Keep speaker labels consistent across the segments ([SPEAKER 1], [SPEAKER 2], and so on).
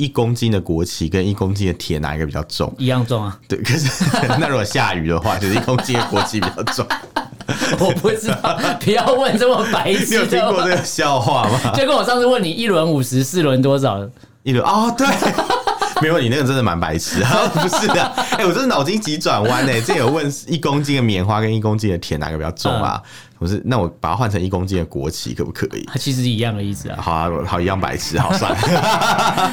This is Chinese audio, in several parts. [SPEAKER 1] 一公斤的国旗跟一公斤的铁哪一个比较重？
[SPEAKER 2] 一样重啊，
[SPEAKER 1] 对，可是 那如果下雨的话，就是一公斤的国旗比较 重。
[SPEAKER 2] 我不知道， 不要问这么白
[SPEAKER 1] 你有
[SPEAKER 2] 痴
[SPEAKER 1] 听
[SPEAKER 2] 的
[SPEAKER 1] 过
[SPEAKER 2] 话
[SPEAKER 1] 这。个笑话吗？
[SPEAKER 2] 就跟我上次问你一轮五十，四轮多少？
[SPEAKER 1] 一轮哦，对。 没有，你那个真的蛮白痴 啊！不是的，哎、我真的脑筋急转弯呢。这有问一公斤的棉花跟一公斤的铁哪个比较重啊？
[SPEAKER 2] 嗯
[SPEAKER 1] 我是那我把它换成一公斤的国旗可不可以？
[SPEAKER 2] 它其实一样的意思啊。
[SPEAKER 1] 好啊，我好一样白痴，好算 了。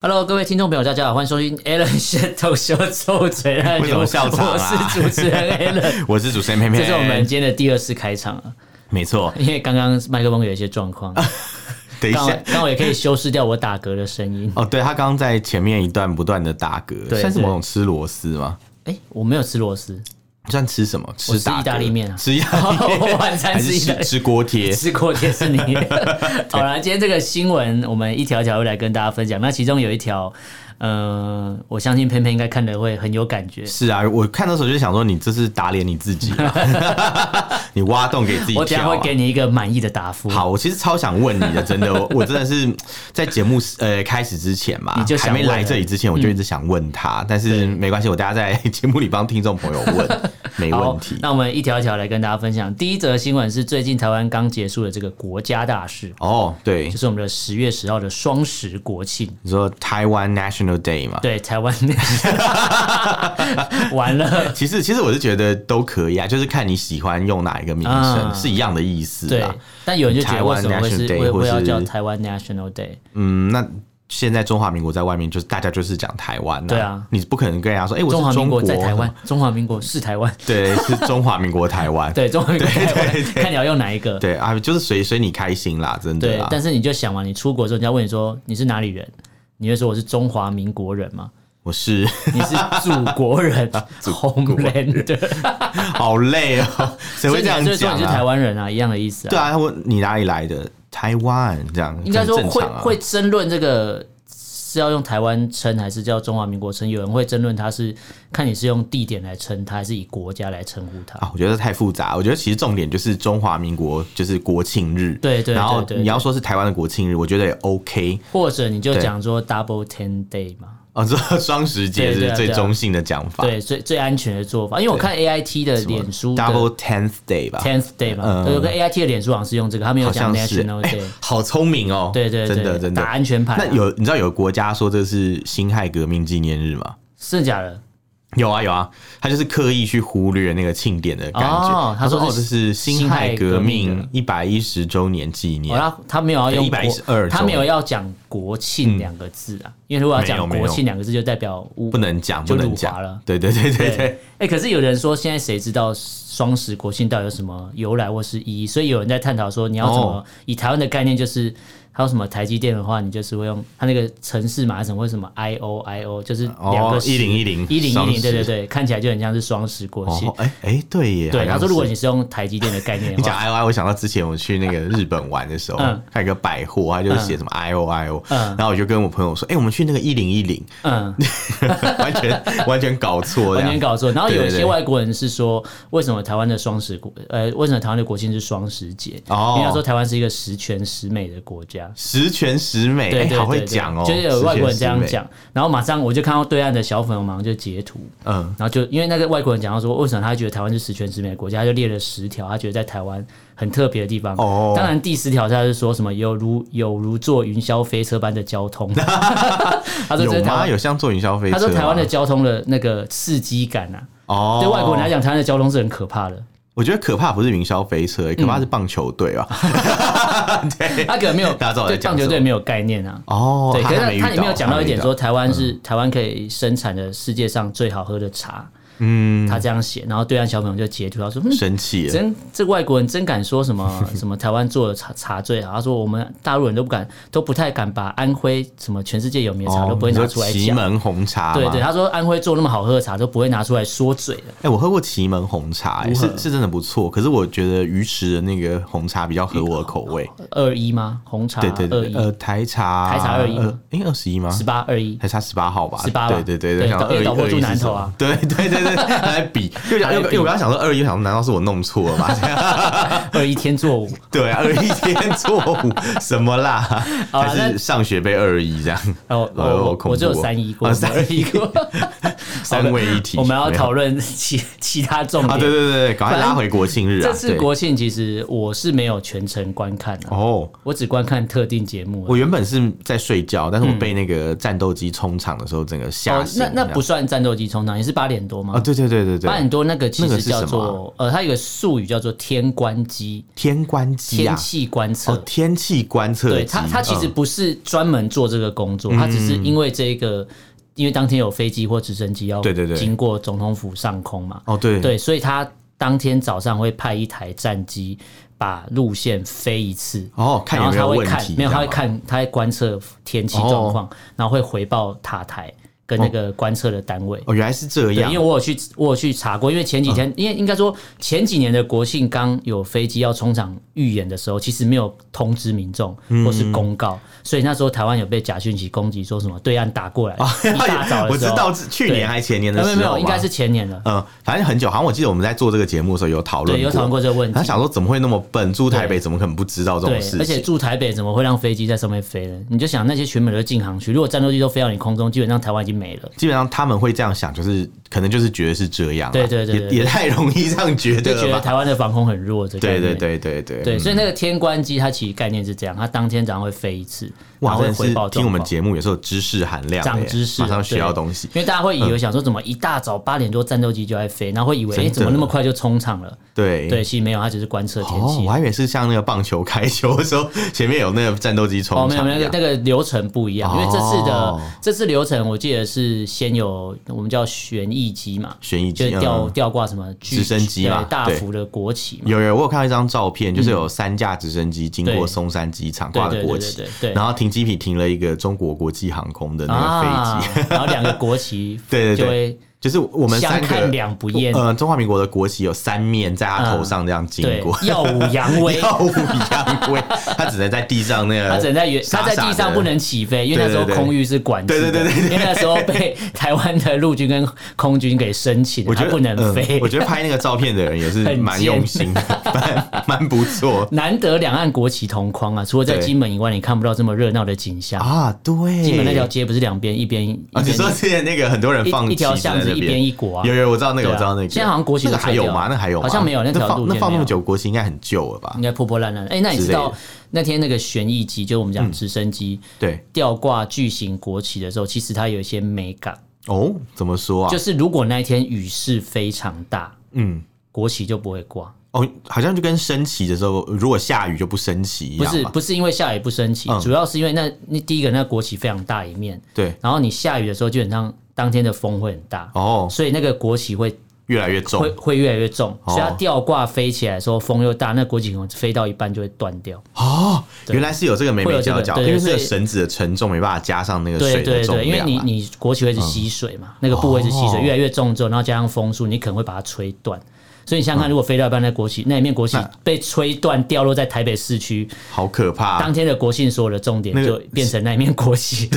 [SPEAKER 2] Hello，各位听众朋友，大家好，欢迎收听 Alan 先头秀臭嘴艾
[SPEAKER 1] 为什
[SPEAKER 2] 伦，
[SPEAKER 1] 么笑场
[SPEAKER 2] 我
[SPEAKER 1] 啊哎
[SPEAKER 2] 是主持 人 Alan，
[SPEAKER 1] 我是主持人偏偏，
[SPEAKER 2] 这是我们今天的第二次开场啊，
[SPEAKER 1] 没错。
[SPEAKER 2] 因为刚刚麦克风有一些状况，
[SPEAKER 1] 等一
[SPEAKER 2] 刚好
[SPEAKER 1] 下，
[SPEAKER 2] 刚好也可以修饰掉我打嗝的声音。
[SPEAKER 1] 哦，对他刚刚在前面一段不断的打嗝，
[SPEAKER 2] 对
[SPEAKER 1] 算是
[SPEAKER 2] 对
[SPEAKER 1] 某种吃螺丝吗？
[SPEAKER 2] 哎、我没有吃 螺丝，
[SPEAKER 1] 算吃什么？吃
[SPEAKER 2] 吃
[SPEAKER 1] 打嗝
[SPEAKER 2] 意大利面啊
[SPEAKER 1] 吃意大利
[SPEAKER 2] 我
[SPEAKER 1] 面，
[SPEAKER 2] 晚餐
[SPEAKER 1] 还
[SPEAKER 2] 吃
[SPEAKER 1] 是
[SPEAKER 2] 意大利
[SPEAKER 1] 吃吃锅贴？
[SPEAKER 2] 吃过 也是你。好了，今天这个新闻我们一条一条会来跟大家分享。那其中有一条，呃，我相信偏偏应该看的会很有感觉。
[SPEAKER 1] 是啊，我看的时候就想说，你这是打脸你自己啊， 你挖洞给自己
[SPEAKER 2] 我等一下
[SPEAKER 1] 跳啊、
[SPEAKER 2] 会给你一个满意的答复。
[SPEAKER 1] 好，我其实超想问你的，真的，我我真的 是在节目呃开始之前嘛，
[SPEAKER 2] 你就想
[SPEAKER 1] 还没
[SPEAKER 2] 问
[SPEAKER 1] 来
[SPEAKER 2] 了嗯
[SPEAKER 1] 这里之前，我就一直想问他，但是没关系，我等下在 节目里帮听众朋友 问，没
[SPEAKER 2] 好，
[SPEAKER 1] 问题。
[SPEAKER 2] 那我们一条一条来跟大家分享。第一则新闻是最近台湾刚结束的这个国家大事，
[SPEAKER 1] 哦，对
[SPEAKER 2] 就，是我们的十月十号的双十国庆。
[SPEAKER 1] 你说台湾 National Day 嘛？
[SPEAKER 2] 对，台湾 完了。
[SPEAKER 1] 其实，其实我是觉得都可以啊，就是看你喜欢用哪一个名称，
[SPEAKER 2] 啊
[SPEAKER 1] 是一样的意思
[SPEAKER 2] 对
[SPEAKER 1] 啦。，
[SPEAKER 2] 但有人就觉得为什么会是
[SPEAKER 1] 台湾 National Day，
[SPEAKER 2] 会会要
[SPEAKER 1] 或是
[SPEAKER 2] 叫台湾 National Day？
[SPEAKER 1] 嗯，那现在中华民国在外面，就是大家就是讲台湾、
[SPEAKER 2] 对啊，
[SPEAKER 1] 你不可能跟人家说，哎、我
[SPEAKER 2] 中
[SPEAKER 1] 是
[SPEAKER 2] 华民
[SPEAKER 1] 中
[SPEAKER 2] 国在
[SPEAKER 1] 国
[SPEAKER 2] 台湾，中华民国是台 湾。
[SPEAKER 1] 对，是中华民国台湾，
[SPEAKER 2] 对，中华民国在台
[SPEAKER 1] 对
[SPEAKER 2] 湾，
[SPEAKER 1] 对对
[SPEAKER 2] 看你要用哪一个。
[SPEAKER 1] 对啊，就是随随你开心啦，真的
[SPEAKER 2] 对
[SPEAKER 1] 啦，。
[SPEAKER 2] 但是你就想嘛，你出国之后，人家问你说你是哪里人，你会说我是中华民国人 嘛？
[SPEAKER 1] 我是
[SPEAKER 2] 你是祖 国人 ，Homeland。
[SPEAKER 1] 好累 哦，谁
[SPEAKER 2] 所
[SPEAKER 1] 会
[SPEAKER 2] 以
[SPEAKER 1] 这
[SPEAKER 2] 你还
[SPEAKER 1] 样
[SPEAKER 2] 是会说
[SPEAKER 1] 讲
[SPEAKER 2] 你是台
[SPEAKER 1] 啊？
[SPEAKER 2] 湾人啊，一样的意思啊。
[SPEAKER 1] 对，啊，他问你哪里来的？台湾这样，
[SPEAKER 2] 应该说
[SPEAKER 1] 很正
[SPEAKER 2] 会
[SPEAKER 1] 常啊
[SPEAKER 2] 会争论这个是要用台湾称还是叫中华民国称，有人会争论它是看你是用地点来称它，还是以国家来称呼它。
[SPEAKER 1] 啊，我觉得太复杂。我觉得其实重点就是中华民国就是国庆日，
[SPEAKER 2] 对对对
[SPEAKER 1] 然后
[SPEAKER 2] 对对
[SPEAKER 1] 你要说是台湾的国庆日，我觉得也 OK。
[SPEAKER 2] 或者你就
[SPEAKER 1] 对
[SPEAKER 2] 讲说 double ten day 嘛，
[SPEAKER 1] 哦，这 双十节
[SPEAKER 2] 对对
[SPEAKER 1] 是
[SPEAKER 2] 啊
[SPEAKER 1] 最
[SPEAKER 2] 对啊
[SPEAKER 1] 中性的讲法。
[SPEAKER 2] 对，最最安全的做法。因为我看 A I T 的脸书的
[SPEAKER 1] Double Tenth Day 吧，
[SPEAKER 2] tenth day 嘛，
[SPEAKER 1] 嗯
[SPEAKER 2] 有个 A I T 的脸书好像是用这个，他们有
[SPEAKER 1] 好
[SPEAKER 2] 讲
[SPEAKER 1] 像是，
[SPEAKER 2] national
[SPEAKER 1] 哎
[SPEAKER 2] day，
[SPEAKER 1] 好聪明哦，
[SPEAKER 2] 对对对，
[SPEAKER 1] 真的真
[SPEAKER 2] 打
[SPEAKER 1] 的。
[SPEAKER 2] 安全牌啊。
[SPEAKER 1] 那有你知道有个国家说这是辛亥革命纪念日吗？
[SPEAKER 2] 是假的？
[SPEAKER 1] 有啊有啊，他就是刻意去忽略那个庆典的感觉。
[SPEAKER 2] 哦他
[SPEAKER 1] 他
[SPEAKER 2] 说
[SPEAKER 1] 说
[SPEAKER 2] 是
[SPEAKER 1] 哦，这是辛亥革
[SPEAKER 2] 辛亥革
[SPEAKER 1] 命
[SPEAKER 2] 命
[SPEAKER 1] 一百一十周年纪念。
[SPEAKER 2] 哦，他他没有要用
[SPEAKER 1] 112
[SPEAKER 2] 国
[SPEAKER 1] 周
[SPEAKER 2] 他没有要讲国庆两个字啊，因为如果要
[SPEAKER 1] 嗯没有
[SPEAKER 2] 讲
[SPEAKER 1] 没有
[SPEAKER 2] 国庆两个字，就代表乌
[SPEAKER 1] 不能讲，
[SPEAKER 2] 就
[SPEAKER 1] 不能
[SPEAKER 2] 辱华了
[SPEAKER 1] 讲。对对对对
[SPEAKER 2] 对
[SPEAKER 1] 对，。
[SPEAKER 2] 哎，可是有人说，现在谁知道双十国庆到底有什么由来或是意义？所以有人在探讨说，你要怎么
[SPEAKER 1] 哦
[SPEAKER 2] 以台湾的概念，就是还有什么台积电的话，你就是会用它那个城市嘛，什么为什么 I O I O，就是两个
[SPEAKER 1] 哦1010
[SPEAKER 2] 一零一
[SPEAKER 1] 双
[SPEAKER 2] 零，
[SPEAKER 1] 十
[SPEAKER 2] 对对对，看起来就很像是双十国庆
[SPEAKER 1] 哦。，哎哎，对耶。
[SPEAKER 2] 对，
[SPEAKER 1] 好像
[SPEAKER 2] 他说如果
[SPEAKER 1] 是
[SPEAKER 2] 你是用台积电的概念
[SPEAKER 1] 你
[SPEAKER 2] 的
[SPEAKER 1] 讲
[SPEAKER 2] 话，
[SPEAKER 1] I O I，我想到之前我去那个日本玩的时候
[SPEAKER 2] 嗯，
[SPEAKER 1] 看一个百货，他就是写什么 I O I O，
[SPEAKER 2] 嗯
[SPEAKER 1] 然后我就跟我朋友说，哎，我们去那个一零一 零，
[SPEAKER 2] 嗯，
[SPEAKER 1] 完全完全搞错，
[SPEAKER 2] 完全。搞错。然后有一
[SPEAKER 1] 啊对对
[SPEAKER 2] 些
[SPEAKER 1] 对
[SPEAKER 2] 外国人是说，为什么台湾的双十国，呃，为什么台湾的国庆是双十节？
[SPEAKER 1] 哦
[SPEAKER 2] 因为他说台湾是一个十全十美的国家。
[SPEAKER 1] 十全十美，
[SPEAKER 2] 对
[SPEAKER 1] 哎，
[SPEAKER 2] 对
[SPEAKER 1] 好会
[SPEAKER 2] 对对
[SPEAKER 1] 讲哦，
[SPEAKER 2] 就是有外国人这样
[SPEAKER 1] 十全十美，
[SPEAKER 2] 讲，然后马上我就看到对岸的小粉红马上就截图，
[SPEAKER 1] 嗯，
[SPEAKER 2] 然后就因为那个外国人讲到说，为什么他觉得台湾是十全十美的国家，他就列了十条，他觉得在台湾很特别的地方。
[SPEAKER 1] 哦
[SPEAKER 2] 当然第十条他是说什么有如有如坐云霄飞车般的交 通，他说这是
[SPEAKER 1] 有
[SPEAKER 2] 台
[SPEAKER 1] 吗？
[SPEAKER 2] 湾，
[SPEAKER 1] 有像坐云霄飞车啊
[SPEAKER 2] 他
[SPEAKER 1] 吗？
[SPEAKER 2] 说台湾的交通的那个刺激感啊，
[SPEAKER 1] 哦，
[SPEAKER 2] 对外国人来讲，台湾的交通是很可怕的，
[SPEAKER 1] 我觉得可怕不是云霄飞车、可怕是棒球队 吧？
[SPEAKER 2] 嗯他可能没有
[SPEAKER 1] 大家知道我在
[SPEAKER 2] 对
[SPEAKER 1] 讲
[SPEAKER 2] 棒球
[SPEAKER 1] 什么
[SPEAKER 2] 队没有概念啊。
[SPEAKER 1] 哦，
[SPEAKER 2] 对，可是
[SPEAKER 1] 他
[SPEAKER 2] 他他里面有讲到一点，说
[SPEAKER 1] 他
[SPEAKER 2] 台湾是、台湾可以生产的世界上最好喝的茶，嗯，他这样写，然后对岸小朋友就截图，他说：“嗯，
[SPEAKER 1] 生气了，
[SPEAKER 2] 真这外国人真敢说 什么什么台湾做的茶茶最好，他说我们大陆人都不敢，都不太敢把安徽什么全世界有名的茶都不会
[SPEAKER 1] 哦你
[SPEAKER 2] 拿
[SPEAKER 1] 说
[SPEAKER 2] 出来
[SPEAKER 1] 祁
[SPEAKER 2] 讲。
[SPEAKER 1] 门红茶，
[SPEAKER 2] 对对，。他说安徽做那么好喝的茶都不会拿出来说嘴的。
[SPEAKER 1] 哎、我喝过祁门红茶、哎，
[SPEAKER 2] 如何
[SPEAKER 1] 是是真的不错。可是我觉得鱼池的那个红茶比较合我的口味。
[SPEAKER 2] 二一吗？红茶
[SPEAKER 1] 对对
[SPEAKER 2] 二
[SPEAKER 1] 对，
[SPEAKER 2] 一
[SPEAKER 1] 呃，台茶，
[SPEAKER 2] 台茶21
[SPEAKER 1] 呃，哎，二十一吗？
[SPEAKER 2] 十八 二一，
[SPEAKER 1] 还差十八号吧，
[SPEAKER 2] 18吧
[SPEAKER 1] 对对对
[SPEAKER 2] 对
[SPEAKER 1] 想
[SPEAKER 2] 导因为
[SPEAKER 1] 二
[SPEAKER 2] 导播住南投啊，
[SPEAKER 1] 对对对对，还在 比，又想又
[SPEAKER 2] 还在比
[SPEAKER 1] 因为我刚刚想说二一，想说难道是我弄错了 吗？这样
[SPEAKER 2] 二一天做五。
[SPEAKER 1] 对啊，二一天错误什么啦？
[SPEAKER 2] 好啦啊
[SPEAKER 1] 还是上学被二一这样？
[SPEAKER 2] 哦，
[SPEAKER 1] 哎呦
[SPEAKER 2] 我
[SPEAKER 1] 恐怖
[SPEAKER 2] 我只有
[SPEAKER 1] 哦
[SPEAKER 2] 三一 过，
[SPEAKER 1] 啊
[SPEAKER 2] 我没有
[SPEAKER 1] 三一
[SPEAKER 2] 过。
[SPEAKER 1] 三位一体，
[SPEAKER 2] 我们要
[SPEAKER 1] 没有
[SPEAKER 2] 讨论其 其他重
[SPEAKER 1] 啊，
[SPEAKER 2] 点。
[SPEAKER 1] 对对对对，赶快
[SPEAKER 2] 反正
[SPEAKER 1] 拉回国庆日啊，
[SPEAKER 2] 这次
[SPEAKER 1] 对
[SPEAKER 2] 国庆其实我是没有全程观看的、
[SPEAKER 1] 哦。
[SPEAKER 2] 我只观看特定节目而已。
[SPEAKER 1] 我原本是在睡觉，但是我被那个战斗机冲场的时候，整个吓
[SPEAKER 2] 嗯哦，
[SPEAKER 1] 醒
[SPEAKER 2] 那
[SPEAKER 1] 了。
[SPEAKER 2] 那不
[SPEAKER 1] 是
[SPEAKER 2] 算战斗机冲浪，也是八点多吗？
[SPEAKER 1] 啊，对对对对
[SPEAKER 2] 八点
[SPEAKER 1] 对，
[SPEAKER 2] 多哦那个其
[SPEAKER 1] 那
[SPEAKER 2] 实
[SPEAKER 1] 个是
[SPEAKER 2] 叫
[SPEAKER 1] 什
[SPEAKER 2] 做呃，它有个术语叫做天观机，
[SPEAKER 1] 天关机
[SPEAKER 2] 天
[SPEAKER 1] 啊，
[SPEAKER 2] 气观测。
[SPEAKER 1] 哦，天气观测
[SPEAKER 2] 对嗯
[SPEAKER 1] 机，
[SPEAKER 2] 它，它其实
[SPEAKER 1] 嗯
[SPEAKER 2] 不是专门做这个工作，它只是因为这个，因为当天有飞机或直升机要
[SPEAKER 1] 对对对
[SPEAKER 2] 经过总统府上空嘛，
[SPEAKER 1] 哦对
[SPEAKER 2] 对，所以它当天早上会派一台战机把路线飞一次，
[SPEAKER 1] 哦，看有
[SPEAKER 2] 然后
[SPEAKER 1] 没
[SPEAKER 2] 他会
[SPEAKER 1] 问
[SPEAKER 2] 看，
[SPEAKER 1] 题，
[SPEAKER 2] 没有，
[SPEAKER 1] 这
[SPEAKER 2] 他
[SPEAKER 1] 样哦吗
[SPEAKER 2] 会看，他会观测天气状况，然后会回报塔台跟那个观测的单位。
[SPEAKER 1] 哦，原来是这
[SPEAKER 2] 对，因
[SPEAKER 1] 哦样嗯
[SPEAKER 2] 为。我有去，我有去查过，因为前几天，因为应该说前几年的国庆刚有飞机要冲场预演的时候，其实没有通知民众
[SPEAKER 1] 嗯
[SPEAKER 2] 或是公告，所以那时候台湾有被假讯息攻击，说什么对岸打过来，一 大早
[SPEAKER 1] 哦我
[SPEAKER 2] 的
[SPEAKER 1] 知
[SPEAKER 2] 时候，
[SPEAKER 1] 道是去年还前年的
[SPEAKER 2] 没
[SPEAKER 1] 时
[SPEAKER 2] 有
[SPEAKER 1] 候吧，
[SPEAKER 2] 没有，应该是前年了，
[SPEAKER 1] 嗯，反正很久，好像我记得我们在做这个节目的时候有讨论，
[SPEAKER 2] 对，有讨论过。这个问题
[SPEAKER 1] 他。想说怎么会那么笨？住台北
[SPEAKER 2] 对
[SPEAKER 1] 怎么可能不知道这
[SPEAKER 2] 对
[SPEAKER 1] 种事，情？
[SPEAKER 2] 而且住台北怎么会让飞机在上面飞呢？你就想那些全本都进航区，如果战斗机都飞到你空中，基本上台湾已经没了。
[SPEAKER 1] 基本上他们会这样想，就是可能就是觉得是这样啊，
[SPEAKER 2] 对对对对
[SPEAKER 1] 也也太容易这样觉
[SPEAKER 2] 就
[SPEAKER 1] 得
[SPEAKER 2] 觉
[SPEAKER 1] 了
[SPEAKER 2] 得
[SPEAKER 1] 吧？
[SPEAKER 2] 台湾的防空很弱，这个欸概
[SPEAKER 1] 对
[SPEAKER 2] 念
[SPEAKER 1] 对对对对
[SPEAKER 2] 对，
[SPEAKER 1] 嗯
[SPEAKER 2] 所以那个天官机它其实概念是这样，它当天早上会飞一次，然
[SPEAKER 1] 哇，
[SPEAKER 2] 后会
[SPEAKER 1] 真的
[SPEAKER 2] 回报
[SPEAKER 1] 是听我们
[SPEAKER 2] 状况
[SPEAKER 1] 节目有时候有知识含量耶，欸
[SPEAKER 2] 长知识，啊
[SPEAKER 1] 马上学到
[SPEAKER 2] 对
[SPEAKER 1] 东西。嗯
[SPEAKER 2] 因为大家会以为想说怎么一大早八点多战斗机就在飞，然后会以为哎、
[SPEAKER 1] 真的
[SPEAKER 2] 怎么那么快就冲场了？
[SPEAKER 1] 对
[SPEAKER 2] 对，其实没有，它只是观测天
[SPEAKER 1] 哦，
[SPEAKER 2] 气
[SPEAKER 1] 我。还以为是像那个棒球开球的时候，前面有那个战斗机冲
[SPEAKER 2] 哦，
[SPEAKER 1] 场
[SPEAKER 2] 没有，没有，
[SPEAKER 1] 一样
[SPEAKER 2] 那个那个流程不一样，因为这次的、
[SPEAKER 1] 哦
[SPEAKER 2] 这次流程，我记得是先有我们叫旋翼机嘛，
[SPEAKER 1] 旋翼
[SPEAKER 2] 就
[SPEAKER 1] 机
[SPEAKER 2] 是吊
[SPEAKER 1] 嗯
[SPEAKER 2] 吊挂什么巨
[SPEAKER 1] 直升机嘛
[SPEAKER 2] 对大
[SPEAKER 1] 对
[SPEAKER 2] 幅的国旗嘛，
[SPEAKER 1] 有有，我有看到一张照片，就是有三架直升机经
[SPEAKER 2] 嗯对
[SPEAKER 1] 过松山机场
[SPEAKER 2] 对
[SPEAKER 1] 挂
[SPEAKER 2] 对
[SPEAKER 1] 的
[SPEAKER 2] 对
[SPEAKER 1] 国
[SPEAKER 2] 对
[SPEAKER 1] 旗
[SPEAKER 2] 对，对，
[SPEAKER 1] 然后停机坪停了一个中国国际航空的那个飞机，
[SPEAKER 2] 啊、然后两个国旗
[SPEAKER 1] 对对
[SPEAKER 2] 就
[SPEAKER 1] 对
[SPEAKER 2] 会
[SPEAKER 1] 就是我们
[SPEAKER 2] 相
[SPEAKER 1] 三
[SPEAKER 2] 看
[SPEAKER 1] 个
[SPEAKER 2] 两不厌，
[SPEAKER 1] 呃中华民国的国旗有三面在他头上这样经
[SPEAKER 2] 对
[SPEAKER 1] 过，，
[SPEAKER 2] 耀武扬 威。
[SPEAKER 1] 耀武扬威，他只能在地上那个，
[SPEAKER 2] 他只能在原，他在地上不能起飞，因为那时候
[SPEAKER 1] 对对对
[SPEAKER 2] 空域是管制的，
[SPEAKER 1] 对对对对对
[SPEAKER 2] 因为那时候被 台湾的陆军跟空军给申请，
[SPEAKER 1] 我觉
[SPEAKER 2] 他
[SPEAKER 1] 得
[SPEAKER 2] 不能飞
[SPEAKER 1] 嗯。我觉得拍那个照片的人也是
[SPEAKER 2] 很
[SPEAKER 1] 蛮
[SPEAKER 2] 贱
[SPEAKER 1] 用心的， 蛮蛮不 错
[SPEAKER 2] 难得两岸国旗同框啊，除了在
[SPEAKER 1] 对
[SPEAKER 2] 金门以外，你看不到这么热闹的景象。
[SPEAKER 1] 啊。对，
[SPEAKER 2] 金门那条街不是两边一边一
[SPEAKER 1] 啊，你
[SPEAKER 2] 边
[SPEAKER 1] 说之前那个很多人放
[SPEAKER 2] 一一条
[SPEAKER 1] 旗子在
[SPEAKER 2] 巷子
[SPEAKER 1] 那
[SPEAKER 2] 一
[SPEAKER 1] 边
[SPEAKER 2] 边一国啊
[SPEAKER 1] 有有，我知道那个，
[SPEAKER 2] 对啊
[SPEAKER 1] 我知道那个。
[SPEAKER 2] 现在好像国旗
[SPEAKER 1] 那
[SPEAKER 2] 都
[SPEAKER 1] 个
[SPEAKER 2] 撤
[SPEAKER 1] 还
[SPEAKER 2] 掉
[SPEAKER 1] 有吗？那还有吗？
[SPEAKER 2] 好像没有那条
[SPEAKER 1] 放
[SPEAKER 2] 路
[SPEAKER 1] 那
[SPEAKER 2] 线
[SPEAKER 1] 放
[SPEAKER 2] 没
[SPEAKER 1] 那么
[SPEAKER 2] 有
[SPEAKER 1] 久，国旗应该很旧了吧
[SPEAKER 2] 应？该破破烂烂。哎、那你知
[SPEAKER 1] 之类
[SPEAKER 2] 道
[SPEAKER 1] 的嗯
[SPEAKER 2] 那天那个旋翼机，就我们讲直升机、
[SPEAKER 1] 对，
[SPEAKER 2] 吊挂巨型国旗的时候，其实它有一些美感，
[SPEAKER 1] 哦，怎么说啊
[SPEAKER 2] 就？是如果那一天雨势非常大，
[SPEAKER 1] 嗯，
[SPEAKER 2] 国旗就不会挂。
[SPEAKER 1] 哦，好像就跟升旗的时候，如果下雨就不升旗一
[SPEAKER 2] 不
[SPEAKER 1] 样
[SPEAKER 2] 是
[SPEAKER 1] 吧
[SPEAKER 2] 不是因为下雨不升旗，
[SPEAKER 1] 嗯
[SPEAKER 2] 主要是因为那那第一个那国旗非常大一面，
[SPEAKER 1] 对，
[SPEAKER 2] 然后你下雨的时候基本上当天的风会很大，
[SPEAKER 1] 哦，
[SPEAKER 2] 所以那个国旗会
[SPEAKER 1] 越来越重
[SPEAKER 2] 会，会越来越重，
[SPEAKER 1] 哦
[SPEAKER 2] 所以它吊挂飞起来的时候风又大，那国旗可能飞到一半就会断掉。
[SPEAKER 1] 哦，原来是有这个眉
[SPEAKER 2] 会有
[SPEAKER 1] 眉
[SPEAKER 2] 这
[SPEAKER 1] 角
[SPEAKER 2] 个
[SPEAKER 1] 角，
[SPEAKER 2] 对
[SPEAKER 1] 因为
[SPEAKER 2] 所
[SPEAKER 1] 那
[SPEAKER 2] 以
[SPEAKER 1] 个绳子的承重没办法加上那个
[SPEAKER 2] 对
[SPEAKER 1] 水的
[SPEAKER 2] 对
[SPEAKER 1] 重
[SPEAKER 2] 对，因为
[SPEAKER 1] 量
[SPEAKER 2] 你
[SPEAKER 1] 啊。
[SPEAKER 2] 你国旗会是吸水嘛，那个部位是吸水，
[SPEAKER 1] 哦
[SPEAKER 2] 越来越重之后，然后加上风速，你可能会把它吹断。所以你想想看，如果飞到一半，那国旗那一面国旗
[SPEAKER 1] 那
[SPEAKER 2] 被吹断，掉落在台北市区，
[SPEAKER 1] 好可怕啊
[SPEAKER 2] 当，天的国庆所有的重点
[SPEAKER 1] 那
[SPEAKER 2] 就
[SPEAKER 1] 个
[SPEAKER 2] 变成那一面国 旗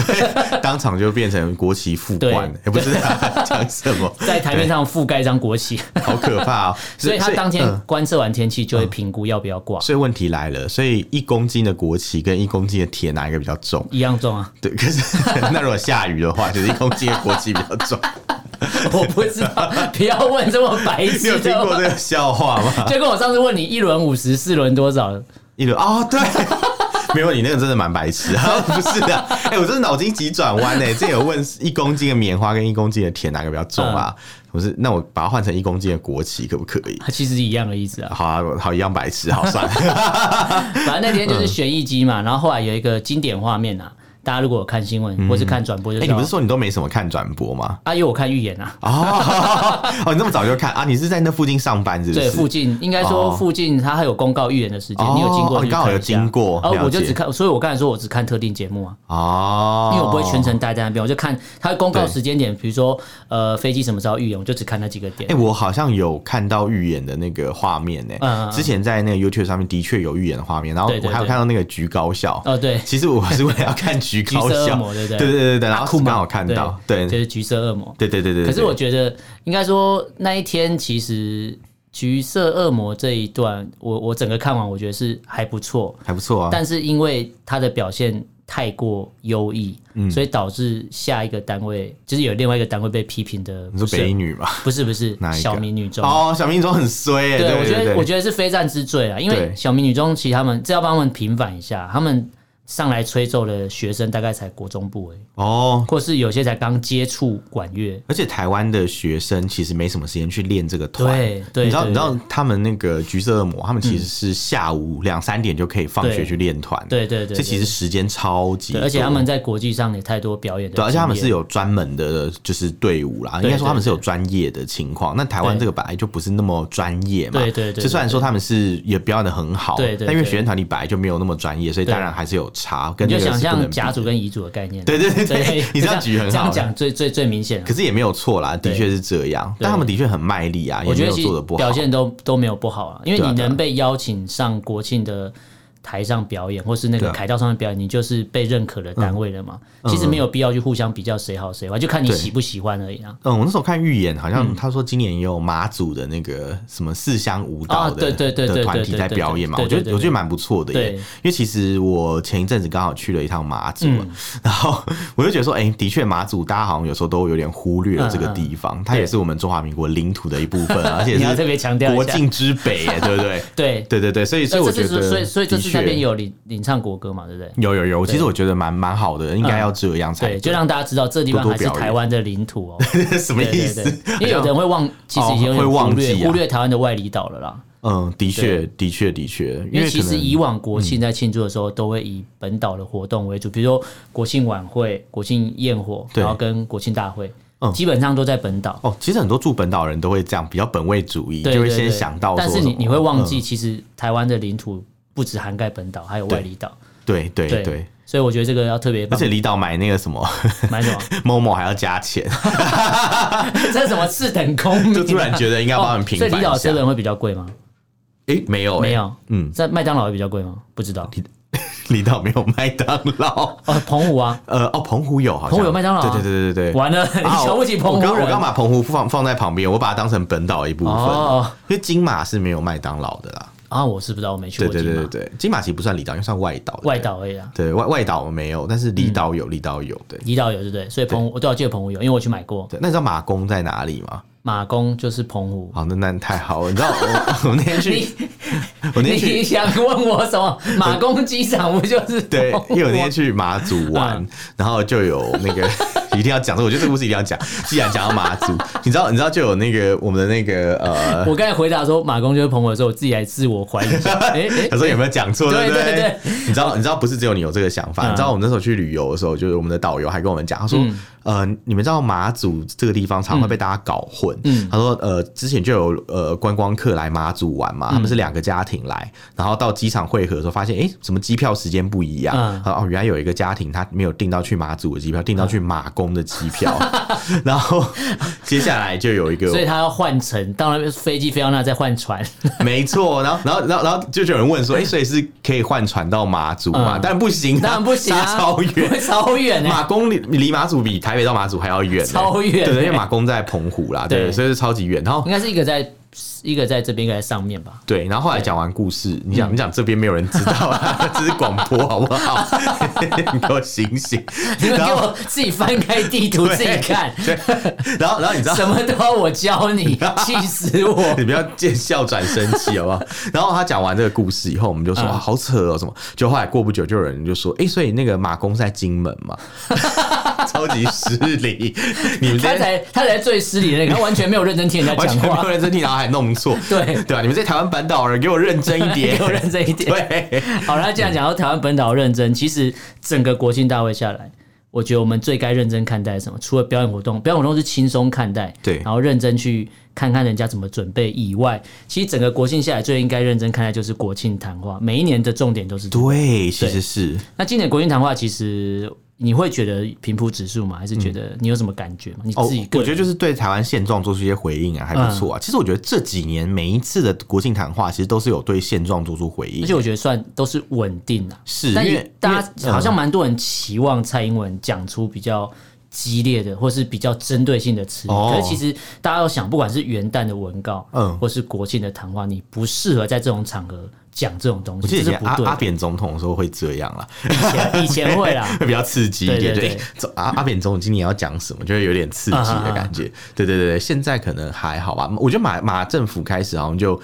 [SPEAKER 1] 当场就变成国旗覆
[SPEAKER 2] 对
[SPEAKER 1] 冠，哎也不知道 讲什么，
[SPEAKER 2] 在台面上覆盖一张国旗，
[SPEAKER 1] 好可怕哦。
[SPEAKER 2] 所以他当天
[SPEAKER 1] 嗯
[SPEAKER 2] 观测完天气就会评估要不要挂，
[SPEAKER 1] 所以问题来了，嗯所以一公斤的国旗跟一公斤的铁哪一个比较重？
[SPEAKER 2] 一样重啊，
[SPEAKER 1] 对， 可是那如果下雨的话，就是一公斤的国旗比较 重。
[SPEAKER 2] 我不知 道，不要问这么白
[SPEAKER 1] 你有
[SPEAKER 2] 痴哦
[SPEAKER 1] 听
[SPEAKER 2] 的
[SPEAKER 1] 过
[SPEAKER 2] 话。
[SPEAKER 1] 这个笑话吗？
[SPEAKER 2] 就跟我上次问你一轮五十，四轮多少？
[SPEAKER 1] 一轮哦，对。 没有，你那个真的 蛮白痴啊！不是的，哎、我真的脑筋急转弯呢。这有问一公斤的棉花跟一公斤的铁哪个比较重啊？
[SPEAKER 2] 嗯
[SPEAKER 1] 我是那我把它换成一公斤的国旗可不可以？
[SPEAKER 2] 它其实一样的意思啊。
[SPEAKER 1] 好啊，好一样白痴，好算了。
[SPEAKER 2] 反正那天就是旋翼机嘛，然后后来有一个经典画面啊，大家如果有看新闻或是看转播就
[SPEAKER 1] 哎、
[SPEAKER 2] 知
[SPEAKER 1] 你
[SPEAKER 2] 道
[SPEAKER 1] 不是。说你都没什么看转播吗？
[SPEAKER 2] 啊，因为我看预言啊，
[SPEAKER 1] 哦，哦，你那么早就看啊？你是在那附近上班是不
[SPEAKER 2] 对，
[SPEAKER 1] 是？
[SPEAKER 2] 附近应该说
[SPEAKER 1] 哦
[SPEAKER 2] 附近它还有公告预言的时间，
[SPEAKER 1] 哦
[SPEAKER 2] 你有经过
[SPEAKER 1] 哦
[SPEAKER 2] 去
[SPEAKER 1] 你刚好
[SPEAKER 2] 看一
[SPEAKER 1] 有
[SPEAKER 2] 下
[SPEAKER 1] 经过
[SPEAKER 2] 哦
[SPEAKER 1] 了，
[SPEAKER 2] 我就
[SPEAKER 1] 解
[SPEAKER 2] 只看，所以我刚才说我只看特定节目啊，
[SPEAKER 1] 哦，
[SPEAKER 2] 因为我不会全。程待在那边，我就看它公告
[SPEAKER 1] 对
[SPEAKER 2] 时间点，比如说呃飞机什么时候预言，我就只看那几个点
[SPEAKER 1] 哎、。我好像有看到预演的那个画面呢、
[SPEAKER 2] 嗯嗯嗯
[SPEAKER 1] 之前在那个 YouTube 上面的确有预演的画面，然后
[SPEAKER 2] 对对
[SPEAKER 1] 我还有
[SPEAKER 2] 对
[SPEAKER 1] 看到那个橘高校。
[SPEAKER 2] 哦，对，
[SPEAKER 1] 其实我是为了要看橘
[SPEAKER 2] 橘
[SPEAKER 1] 高
[SPEAKER 2] 色恶
[SPEAKER 1] 校，
[SPEAKER 2] 魔，对不对？
[SPEAKER 1] 对对对对，然
[SPEAKER 2] 阿库
[SPEAKER 1] 后
[SPEAKER 2] 玛
[SPEAKER 1] 刚好看到，对
[SPEAKER 2] 就
[SPEAKER 1] 对
[SPEAKER 2] 是橘色恶魔。
[SPEAKER 1] 对对对对。
[SPEAKER 2] 可是我觉得应该说那一天其实。橘色恶魔这一段，我我整个看完，我觉得是还不错，
[SPEAKER 1] 还不错啊，
[SPEAKER 2] 但是因为他的表现太过优异，
[SPEAKER 1] 嗯
[SPEAKER 2] 所以导致下一个单位就是有另外一个单位被批评的。
[SPEAKER 1] 你说
[SPEAKER 2] 不是
[SPEAKER 1] 北一女嘛？
[SPEAKER 2] 不是不是
[SPEAKER 1] 哪一个
[SPEAKER 2] 小民女中。
[SPEAKER 1] 哦，小明总很衰耶，
[SPEAKER 2] 对，
[SPEAKER 1] 对
[SPEAKER 2] 我觉得我
[SPEAKER 1] 得
[SPEAKER 2] 觉得是非战之罪啊，因为
[SPEAKER 1] 对
[SPEAKER 2] 小民女中其实他们这要帮他们平反一下，他们上来吹奏的学生大概才国中部而已，
[SPEAKER 1] 哦。
[SPEAKER 2] 或是有些才刚接触管乐。
[SPEAKER 1] 而且台湾的学生其实没什么时间去练这个团，
[SPEAKER 2] 对对，
[SPEAKER 1] 你知道
[SPEAKER 2] 对嗯
[SPEAKER 1] 你知道他们那个橘色恶魔，他们其实是下午两三点就可以放学去练团，
[SPEAKER 2] 对对对，
[SPEAKER 1] 这其实时间超级
[SPEAKER 2] 对
[SPEAKER 1] 多，
[SPEAKER 2] 而且他们在国际上也太多表演的经
[SPEAKER 1] 对，啊
[SPEAKER 2] 验，
[SPEAKER 1] 而且他们是有专门的，就是队伍啦，应该说他们是有专业的情况。那台湾
[SPEAKER 2] 对
[SPEAKER 1] 这个本来就不是那么专业嘛，
[SPEAKER 2] 对对对
[SPEAKER 1] 就虽然说他们是也表演的很好，
[SPEAKER 2] 对对对
[SPEAKER 1] 但因为学生团体本来就没有那么专业，所以
[SPEAKER 2] 对
[SPEAKER 1] 当然还是有差，跟
[SPEAKER 2] 你
[SPEAKER 1] 那
[SPEAKER 2] 就
[SPEAKER 1] 个
[SPEAKER 2] 想
[SPEAKER 1] 是不能
[SPEAKER 2] 象
[SPEAKER 1] 比
[SPEAKER 2] 甲组跟乙组的概念。啊
[SPEAKER 1] 对对对对， 你这样举很
[SPEAKER 2] 这
[SPEAKER 1] 好啊
[SPEAKER 2] 样。讲最最最明显啊了
[SPEAKER 1] 可。是也没有错啦，的确是这样，但他们的确很卖力啊，也
[SPEAKER 2] 我
[SPEAKER 1] 没
[SPEAKER 2] 觉得
[SPEAKER 1] 有
[SPEAKER 2] 其
[SPEAKER 1] 做的
[SPEAKER 2] 实
[SPEAKER 1] 不好
[SPEAKER 2] 表。现都都没有不好啊，因为
[SPEAKER 1] 对啊
[SPEAKER 2] 你
[SPEAKER 1] 对啊
[SPEAKER 2] 能被邀请上国庆的台上表演，或是那
[SPEAKER 1] 对
[SPEAKER 2] 个
[SPEAKER 1] 啊嗯
[SPEAKER 2] 凯道上面表演，你就是被认可的单位了嘛。其实没有必要去互相比较谁好谁坏，就看你
[SPEAKER 1] 对
[SPEAKER 2] 喜不喜欢而已啊。
[SPEAKER 1] 嗯，我那时候看预演，好
[SPEAKER 2] 嗯
[SPEAKER 1] 像他说今年也有马祖的那个什么四乡舞蹈
[SPEAKER 2] 啊
[SPEAKER 1] 的
[SPEAKER 2] 对对对
[SPEAKER 1] 的
[SPEAKER 2] 对
[SPEAKER 1] 团
[SPEAKER 2] 对
[SPEAKER 1] 体
[SPEAKER 2] 对
[SPEAKER 1] 在
[SPEAKER 2] 对
[SPEAKER 1] 表演嘛，
[SPEAKER 2] 对
[SPEAKER 1] 我觉
[SPEAKER 2] 对
[SPEAKER 1] 得
[SPEAKER 2] 对
[SPEAKER 1] 我觉得蛮不错的耶。
[SPEAKER 2] 对
[SPEAKER 1] 因为其实我前一阵子刚好去了一趟马祖
[SPEAKER 2] 嗯
[SPEAKER 1] 啊， 然后我就觉得说，哎，的确马祖大家好像有时候都有点忽略了这个地方，它也是我们中华民国领土的一部分啊，而且
[SPEAKER 2] 嗯 你要特
[SPEAKER 1] 是
[SPEAKER 2] 别强调
[SPEAKER 1] 国
[SPEAKER 2] 一下，
[SPEAKER 1] 境之北耶，对不对？
[SPEAKER 2] 对。
[SPEAKER 1] 对对对，所以所以我
[SPEAKER 2] 这
[SPEAKER 1] 觉
[SPEAKER 2] 次
[SPEAKER 1] 得的确，哎
[SPEAKER 2] 是所以所以这次那边有领领唱国歌嘛，对不对？嗯
[SPEAKER 1] 有有有，其实我觉得蛮蛮好的，应该要这样才
[SPEAKER 2] 对，就让大家知道这地方
[SPEAKER 1] 多多
[SPEAKER 2] 还是
[SPEAKER 1] 表演
[SPEAKER 2] 台湾的领土哦。
[SPEAKER 1] 什么
[SPEAKER 2] 对
[SPEAKER 1] 意
[SPEAKER 2] 对
[SPEAKER 1] 思
[SPEAKER 2] 对，？因为有的人会忘，其实已经有点
[SPEAKER 1] 会忘
[SPEAKER 2] 忽略
[SPEAKER 1] 记啊
[SPEAKER 2] 忽略台湾的外离岛了啦。
[SPEAKER 1] 嗯，的确的确的确，
[SPEAKER 2] 因为其
[SPEAKER 1] 可
[SPEAKER 2] 实
[SPEAKER 1] 能
[SPEAKER 2] 以往国庆在庆祝的时候，都会以本岛的活动为主，比如说国庆晚会、国庆焰火，
[SPEAKER 1] 对
[SPEAKER 2] 然后跟国庆大会
[SPEAKER 1] 嗯，
[SPEAKER 2] 基本上都在本岛。
[SPEAKER 1] 哦，其实很多住本岛人都会这样，比较本位主义，
[SPEAKER 2] 对
[SPEAKER 1] 就会
[SPEAKER 2] 对对
[SPEAKER 1] 先想到说
[SPEAKER 2] 但
[SPEAKER 1] 什么。
[SPEAKER 2] 是你你会忘记，
[SPEAKER 1] 嗯
[SPEAKER 2] 其实台湾的领土不只涵盖本岛，还有外离岛。
[SPEAKER 1] 对对对。
[SPEAKER 2] 对，所以我觉得这个要特别
[SPEAKER 1] 而
[SPEAKER 2] 帮。
[SPEAKER 1] 且离岛买那个什么
[SPEAKER 2] 买什么？
[SPEAKER 1] 某某还要加钱，
[SPEAKER 2] 这是什么次等公民啊？
[SPEAKER 1] 就突然觉得应该要帮他们平
[SPEAKER 2] 哦所以
[SPEAKER 1] 反
[SPEAKER 2] 离岛
[SPEAKER 1] 一下。
[SPEAKER 2] 车轮会比较贵吗？
[SPEAKER 1] 诶，没有、诶
[SPEAKER 2] 没，有，
[SPEAKER 1] 嗯，
[SPEAKER 2] 在麦当劳会比较贵吗？不知道。
[SPEAKER 1] 离岛没有麦当劳，
[SPEAKER 2] 哦，澎湖啊，
[SPEAKER 1] 呃，哦，澎湖有，好像
[SPEAKER 2] 澎湖有麦当劳啊
[SPEAKER 1] 对对对对对对。
[SPEAKER 2] 完了，你
[SPEAKER 1] 啊
[SPEAKER 2] 瞧不起澎湖
[SPEAKER 1] 我
[SPEAKER 2] 人。
[SPEAKER 1] 刚我刚把澎湖放放在旁边，我把它当成本岛一部分，
[SPEAKER 2] 哦
[SPEAKER 1] 因为金马是没有麦当劳的啦。
[SPEAKER 2] 啊，我是不知道，我没去
[SPEAKER 1] 对
[SPEAKER 2] 过
[SPEAKER 1] 对
[SPEAKER 2] 金
[SPEAKER 1] 对
[SPEAKER 2] 马
[SPEAKER 1] 对对，金马其实不算离岛，因为算外岛。对不对
[SPEAKER 2] 外岛而已啊。
[SPEAKER 1] 对外外岛没有，但是离岛有，离岛有。对
[SPEAKER 2] 离岛有对不对？所以澎湖我都要借澎湖有，因为我去买过。
[SPEAKER 1] 对，那你知道马公在哪里吗？
[SPEAKER 2] 马公就是澎湖。
[SPEAKER 1] 好，那那太好了。你知道我 我那天去，
[SPEAKER 2] 你
[SPEAKER 1] 我那天
[SPEAKER 2] 你
[SPEAKER 1] 去，
[SPEAKER 2] 想问我什么？马公机场不就是
[SPEAKER 1] 对
[SPEAKER 2] 澎，湖
[SPEAKER 1] 因为我那天去马祖
[SPEAKER 2] 嗯
[SPEAKER 1] 玩，然后就有那个 一定要讲，我觉得这个故事一定要讲。既然讲到马祖，你知道你知道就有那个我们的那个呃，
[SPEAKER 2] 我刚才回答说马公就是澎湖的时候，我自己还自 我怀疑一下。哎哎
[SPEAKER 1] 他，说有没有讲错？
[SPEAKER 2] 对
[SPEAKER 1] 不
[SPEAKER 2] 对对
[SPEAKER 1] 你知道你知道不是只有你有这个想法，
[SPEAKER 2] 嗯
[SPEAKER 1] 你知道我们那时候去旅游的时候，就是我们的导游还跟我们讲，他说
[SPEAKER 2] 嗯
[SPEAKER 1] 呃，你们知道马祖这个地方常会被大家搞混。
[SPEAKER 2] 嗯
[SPEAKER 1] 他说呃，之前就有呃观光客来马祖玩
[SPEAKER 2] 嗯
[SPEAKER 1] 嘛，他们是两个家庭来，然后到机场汇合的时候发现，哎、怎么机票时间不一样？
[SPEAKER 2] 嗯
[SPEAKER 1] 他说哦，原来有一个家庭他没有订到去马祖的机票，订到去马公的机票， 然后 接下来就有一个
[SPEAKER 2] 所以他要换乘，到那边飞机飞到那再换船。
[SPEAKER 1] 没错，然后然后然后然后就有人问说，哎、所以是可以换船到马祖吗？
[SPEAKER 2] 嗯
[SPEAKER 1] 当然不行、啊，
[SPEAKER 2] 当然不行啊
[SPEAKER 1] 差超远。
[SPEAKER 2] 会超远
[SPEAKER 1] 马
[SPEAKER 2] 哎。
[SPEAKER 1] 公离离马祖比台北到马祖还要远、欸，
[SPEAKER 2] 超远欸
[SPEAKER 1] 对，因为马公在澎湖啦，对，
[SPEAKER 2] 对嗯
[SPEAKER 1] 所以是超级远。然后
[SPEAKER 2] 应该是一个在一个在这边，一个在上面吧。
[SPEAKER 1] 对，然后后来讲完故事，你
[SPEAKER 2] 嗯
[SPEAKER 1] 讲你讲这边没有人知道啊， 这是广播好不好？ 你给我醒醒。
[SPEAKER 2] 你们给
[SPEAKER 1] 然后
[SPEAKER 2] 我自己翻开地图自己看，
[SPEAKER 1] 对，然后然后你知道
[SPEAKER 2] 什么都要我 教你，气死我！
[SPEAKER 1] 你不要见笑转生气好不好？然后他讲完这个故事以后，我们就说、
[SPEAKER 2] 嗯
[SPEAKER 1] 啊，好扯哦，什么？就后来过不久，就有人就说，哎、所以那个马公是在金门嘛？ 超级失礼。你们这
[SPEAKER 2] 他
[SPEAKER 1] 些
[SPEAKER 2] 才他才最失礼的那个，他完全没有认真听人家
[SPEAKER 1] 完
[SPEAKER 2] 讲
[SPEAKER 1] 全没
[SPEAKER 2] 话
[SPEAKER 1] 有，认真听，然后还弄错，
[SPEAKER 2] 对
[SPEAKER 1] 对啊，你们在台湾本岛人给我认真一点，
[SPEAKER 2] 给我认真一点。
[SPEAKER 1] 对，
[SPEAKER 2] 好了，既然讲到台湾本岛认真，其实整个国庆大会下来，我觉得我们最该认真看待什么？除了表演活动，表演活动是轻松看待，
[SPEAKER 1] 对
[SPEAKER 2] 然后认真去看看人家怎么准备以外，其实整个国庆下来最应该认真看待就是国庆谈话，每一年的重点都是这个。
[SPEAKER 1] 对，其实是
[SPEAKER 2] 那今年国庆谈话其实。你会觉得平铺直述吗？还是觉得你有什么感觉吗？你
[SPEAKER 1] 哦
[SPEAKER 2] 自己，个
[SPEAKER 1] 我
[SPEAKER 2] 人嗯
[SPEAKER 1] 觉得就是对台湾现状做出一些回应啊，还不错啊。其实我觉得这几年每一次的国庆谈话，其实都是有对现状做出回
[SPEAKER 2] 而
[SPEAKER 1] 应
[SPEAKER 2] 且，我觉得算都是稳定啊的、
[SPEAKER 1] 是
[SPEAKER 2] 但
[SPEAKER 1] 因
[SPEAKER 2] 也
[SPEAKER 1] 为嗯
[SPEAKER 2] 大家
[SPEAKER 1] 因为
[SPEAKER 2] 好像蛮多人期望蔡英文讲出比较。激烈的，或是比较针对性的词语，
[SPEAKER 1] 哦
[SPEAKER 2] 可是其实大家要想，不管是元旦的文告，
[SPEAKER 1] 嗯
[SPEAKER 2] 或是国庆的谈话，你不适合在这种场合讲这种东
[SPEAKER 1] 我
[SPEAKER 2] 西，
[SPEAKER 1] 记得
[SPEAKER 2] 这
[SPEAKER 1] 以啊
[SPEAKER 2] 是
[SPEAKER 1] 前
[SPEAKER 2] 不
[SPEAKER 1] 阿
[SPEAKER 2] 对
[SPEAKER 1] 阿
[SPEAKER 2] 的。
[SPEAKER 1] 扁总统的时候会这样啦，
[SPEAKER 2] 以前以前会 啦，
[SPEAKER 1] 会比较刺激一点。
[SPEAKER 2] 对
[SPEAKER 1] 对
[SPEAKER 2] 对对，
[SPEAKER 1] 总阿阿扁总统今年要讲什么，就会有点刺激的感
[SPEAKER 2] 嗯
[SPEAKER 1] 觉。对对对对，现在可能还好吧。我觉得马马政府开始好像就。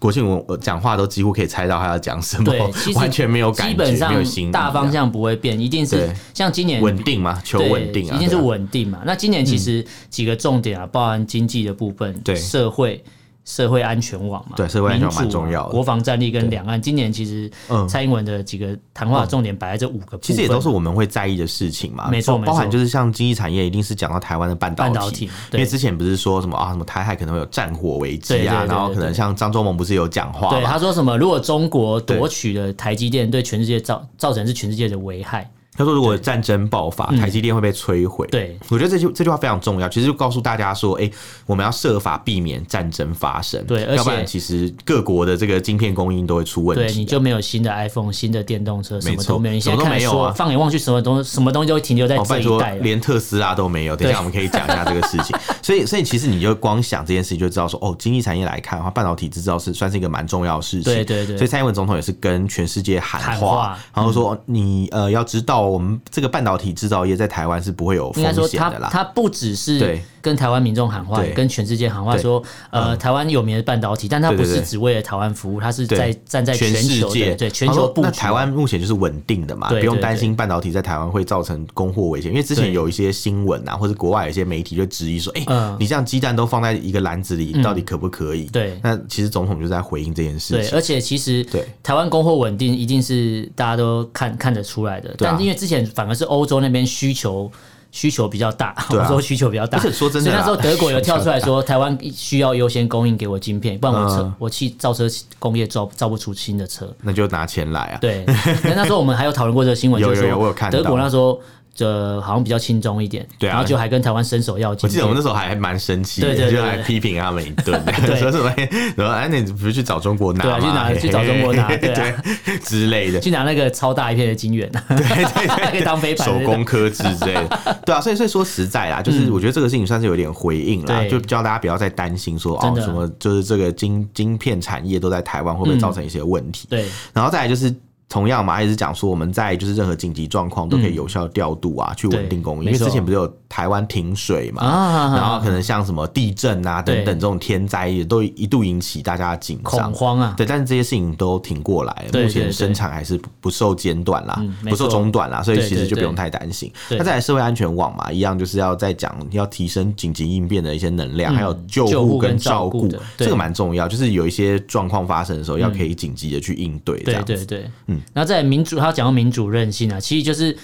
[SPEAKER 1] 国庆文呃讲话都几乎可以猜到他要讲什么
[SPEAKER 2] 对，其，实
[SPEAKER 1] 完全没有感
[SPEAKER 2] 基
[SPEAKER 1] 觉，
[SPEAKER 2] 本
[SPEAKER 1] 没有
[SPEAKER 2] 上
[SPEAKER 1] 新意
[SPEAKER 2] 大方
[SPEAKER 1] 这样
[SPEAKER 2] 向不会变，一定是
[SPEAKER 1] 对
[SPEAKER 2] 像今年
[SPEAKER 1] 稳定嘛，求
[SPEAKER 2] 对，
[SPEAKER 1] 稳定啊，
[SPEAKER 2] 一定是
[SPEAKER 1] 对啊
[SPEAKER 2] 稳定嘛。那今年其实几个重点啊，包含经济的部分，
[SPEAKER 1] 嗯对
[SPEAKER 2] 社会。社会安全网嘛，
[SPEAKER 1] 对社会安全网
[SPEAKER 2] 民主
[SPEAKER 1] 蛮重要的
[SPEAKER 2] 嘛国防战力跟
[SPEAKER 1] 对
[SPEAKER 2] 两岸，今年其实
[SPEAKER 1] 嗯
[SPEAKER 2] 蔡英文的几个谈话的重点摆在这五个部分，
[SPEAKER 1] 其实也都是我们会在意的事情嘛，
[SPEAKER 2] 没错
[SPEAKER 1] 包
[SPEAKER 2] 没错
[SPEAKER 1] 包含就是像经济产业，一定是讲到台湾的半导体，
[SPEAKER 2] 半导体
[SPEAKER 1] 因
[SPEAKER 2] 对
[SPEAKER 1] 为之前不是说什么啊，什么台海可能会有战火危
[SPEAKER 2] 对
[SPEAKER 1] 机
[SPEAKER 2] 对对
[SPEAKER 1] 啊，
[SPEAKER 2] 对
[SPEAKER 1] 然后可能
[SPEAKER 2] 对
[SPEAKER 1] 像张忠谋不是有讲话
[SPEAKER 2] 对
[SPEAKER 1] 嘛，
[SPEAKER 2] 他说什么？如果中国夺取了台积电，对全世界造造成是全世界的危害，
[SPEAKER 1] 他说如果战争爆发，台积电会被摧毁，
[SPEAKER 2] 嗯对
[SPEAKER 1] 我觉得这句这句话非常重要，其实就告诉大家说，哎，我们要设法避免战争发生，
[SPEAKER 2] 对而且
[SPEAKER 1] 要不然其实各国的这个晶片供应都会出问
[SPEAKER 2] 对
[SPEAKER 1] 题
[SPEAKER 2] 你
[SPEAKER 1] 啊。
[SPEAKER 2] 就没有新的 iPhone、新的电动车，什
[SPEAKER 1] 没
[SPEAKER 2] 么
[SPEAKER 1] 错
[SPEAKER 2] 都没有。你现
[SPEAKER 1] 什么
[SPEAKER 2] 在
[SPEAKER 1] 都
[SPEAKER 2] 看
[SPEAKER 1] 没有
[SPEAKER 2] 说
[SPEAKER 1] 啊
[SPEAKER 2] 放眼望去，什么东什么东西都会停留在
[SPEAKER 1] 哦，
[SPEAKER 2] 这
[SPEAKER 1] 拜
[SPEAKER 2] 一
[SPEAKER 1] 托
[SPEAKER 2] 代，了。啊
[SPEAKER 1] 连特斯拉都没有。等一下我们可以讲一下这个事 情。所以，所以其实你就光想这件事情，就知道说，哦，经济产业来看的话，半导体制造是算是一个蛮重要的事情。
[SPEAKER 2] 对对对
[SPEAKER 1] 所以蔡英文总统也是跟全世界喊话，
[SPEAKER 2] 喊话
[SPEAKER 1] 然后说，你呃要知道，我们这个半导体制造业在台湾是不会有
[SPEAKER 2] 应
[SPEAKER 1] 风
[SPEAKER 2] 该说
[SPEAKER 1] 险
[SPEAKER 2] 他
[SPEAKER 1] 的啦。
[SPEAKER 2] 他不只是
[SPEAKER 1] 对
[SPEAKER 2] 跟台湾民众喊话，
[SPEAKER 1] 对
[SPEAKER 2] 也跟全世界喊话
[SPEAKER 1] 对嗯
[SPEAKER 2] 说，呃，台湾有名的半导体，但他
[SPEAKER 1] 对
[SPEAKER 2] 不
[SPEAKER 1] 对
[SPEAKER 2] 是
[SPEAKER 1] 对
[SPEAKER 2] 只为了台湾服务，他是
[SPEAKER 1] 对
[SPEAKER 2] 在站在
[SPEAKER 1] 全世
[SPEAKER 2] 球
[SPEAKER 1] 界
[SPEAKER 2] 的对全
[SPEAKER 1] 他
[SPEAKER 2] 球
[SPEAKER 1] 说
[SPEAKER 2] 布局。啊
[SPEAKER 1] 那台湾目前就是稳定的嘛，
[SPEAKER 2] 对
[SPEAKER 1] 不用
[SPEAKER 2] 对
[SPEAKER 1] 担
[SPEAKER 2] 对
[SPEAKER 1] 心半导体在台湾会造成供货危险。因为之前
[SPEAKER 2] 对
[SPEAKER 1] 有一些新闻啊，或者国外有一些媒体就质疑说，哎、
[SPEAKER 2] 嗯
[SPEAKER 1] 你这样鸡蛋都放在一个篮子里，到底可不可以？
[SPEAKER 2] 对
[SPEAKER 1] 那其实总统就在回应这件事
[SPEAKER 2] 对，
[SPEAKER 1] 情。
[SPEAKER 2] 而且其实
[SPEAKER 1] 对
[SPEAKER 2] 台湾供货稳定一定是大家都看看得出来的，
[SPEAKER 1] 对啊
[SPEAKER 2] 但因为之前反而是欧洲那边需求。需求比较大，
[SPEAKER 1] 对啊
[SPEAKER 2] 欧洲需求比较大。
[SPEAKER 1] 而且说真的
[SPEAKER 2] 所以那
[SPEAKER 1] 啦
[SPEAKER 2] 时候德 国有跳出来说，台湾需要优先供应给我晶片，不然我车、
[SPEAKER 1] 嗯
[SPEAKER 2] 我汽造车工业造造不出新的车。
[SPEAKER 1] 那就拿钱来啊！
[SPEAKER 2] 对，那那时候我们还有讨论过这个新 闻，
[SPEAKER 1] 有
[SPEAKER 2] 就是
[SPEAKER 1] 有有我有
[SPEAKER 2] 说
[SPEAKER 1] 看到
[SPEAKER 2] 德国那时候呃好像比较轻松一点，
[SPEAKER 1] 对啊
[SPEAKER 2] 然后就还跟台湾伸手要
[SPEAKER 1] 我
[SPEAKER 2] 金。
[SPEAKER 1] 记得我们那时候还蛮生气的，
[SPEAKER 2] 对对对对
[SPEAKER 1] 就还批评他们一 顿，说什么，然后哎，那你不是去找中国拿
[SPEAKER 2] 对
[SPEAKER 1] 吗？
[SPEAKER 2] 啊去拿
[SPEAKER 1] 嘿嘿
[SPEAKER 2] 去找中国拿
[SPEAKER 1] 嘿嘿
[SPEAKER 2] 对啊
[SPEAKER 1] 对之类的。
[SPEAKER 2] 去拿那个超大一片的金元， 可以当飞盘
[SPEAKER 1] 手
[SPEAKER 2] 的那种
[SPEAKER 1] 工科技之类 的，对啊，所以所以说实在啦，就是我觉得这个事情算是有点回应啦，
[SPEAKER 2] 对
[SPEAKER 1] 就叫大家不要再担心说哦
[SPEAKER 2] 真的
[SPEAKER 1] 什么，就是这个晶晶片产业都在台湾会不会造成一些问题？
[SPEAKER 2] 嗯对，
[SPEAKER 1] 然后再来就是。同样嘛，也是讲说我们在就是任何紧急状况都可以有效调度啊，去稳定供应。因为
[SPEAKER 2] 对没错
[SPEAKER 1] 之前不是有台湾停水嘛，
[SPEAKER 2] 啊
[SPEAKER 1] 然后可能像什么地震啊等
[SPEAKER 2] 对
[SPEAKER 1] 等这种天灾，也都一度引起大家的紧张
[SPEAKER 2] 恐。慌啊，
[SPEAKER 1] 对，但是这些事情都挺过来了，
[SPEAKER 2] 对
[SPEAKER 1] 目前
[SPEAKER 2] 对
[SPEAKER 1] 生产还是不不受间断啦，
[SPEAKER 2] 嗯没
[SPEAKER 1] 不受
[SPEAKER 2] 错
[SPEAKER 1] 中断啦，所以
[SPEAKER 2] 对
[SPEAKER 1] 其实
[SPEAKER 2] 对
[SPEAKER 1] 就不
[SPEAKER 2] 对
[SPEAKER 1] 用太担心。
[SPEAKER 2] 对
[SPEAKER 1] 那再来社会安全网嘛，一样就是要再讲要提升紧急应变的一些能量，还有救
[SPEAKER 2] 嗯救
[SPEAKER 1] 护
[SPEAKER 2] 护跟
[SPEAKER 1] 照
[SPEAKER 2] 照顾
[SPEAKER 1] 顾
[SPEAKER 2] 的，
[SPEAKER 1] 这
[SPEAKER 2] 对嗯
[SPEAKER 1] 个蛮重要。就是有一些状况发生的时候，要可以紧急的去应对，这
[SPEAKER 2] 对
[SPEAKER 1] 样子。
[SPEAKER 2] 对对，嗯，然后在民主，他讲到民主韧性啊，其实就是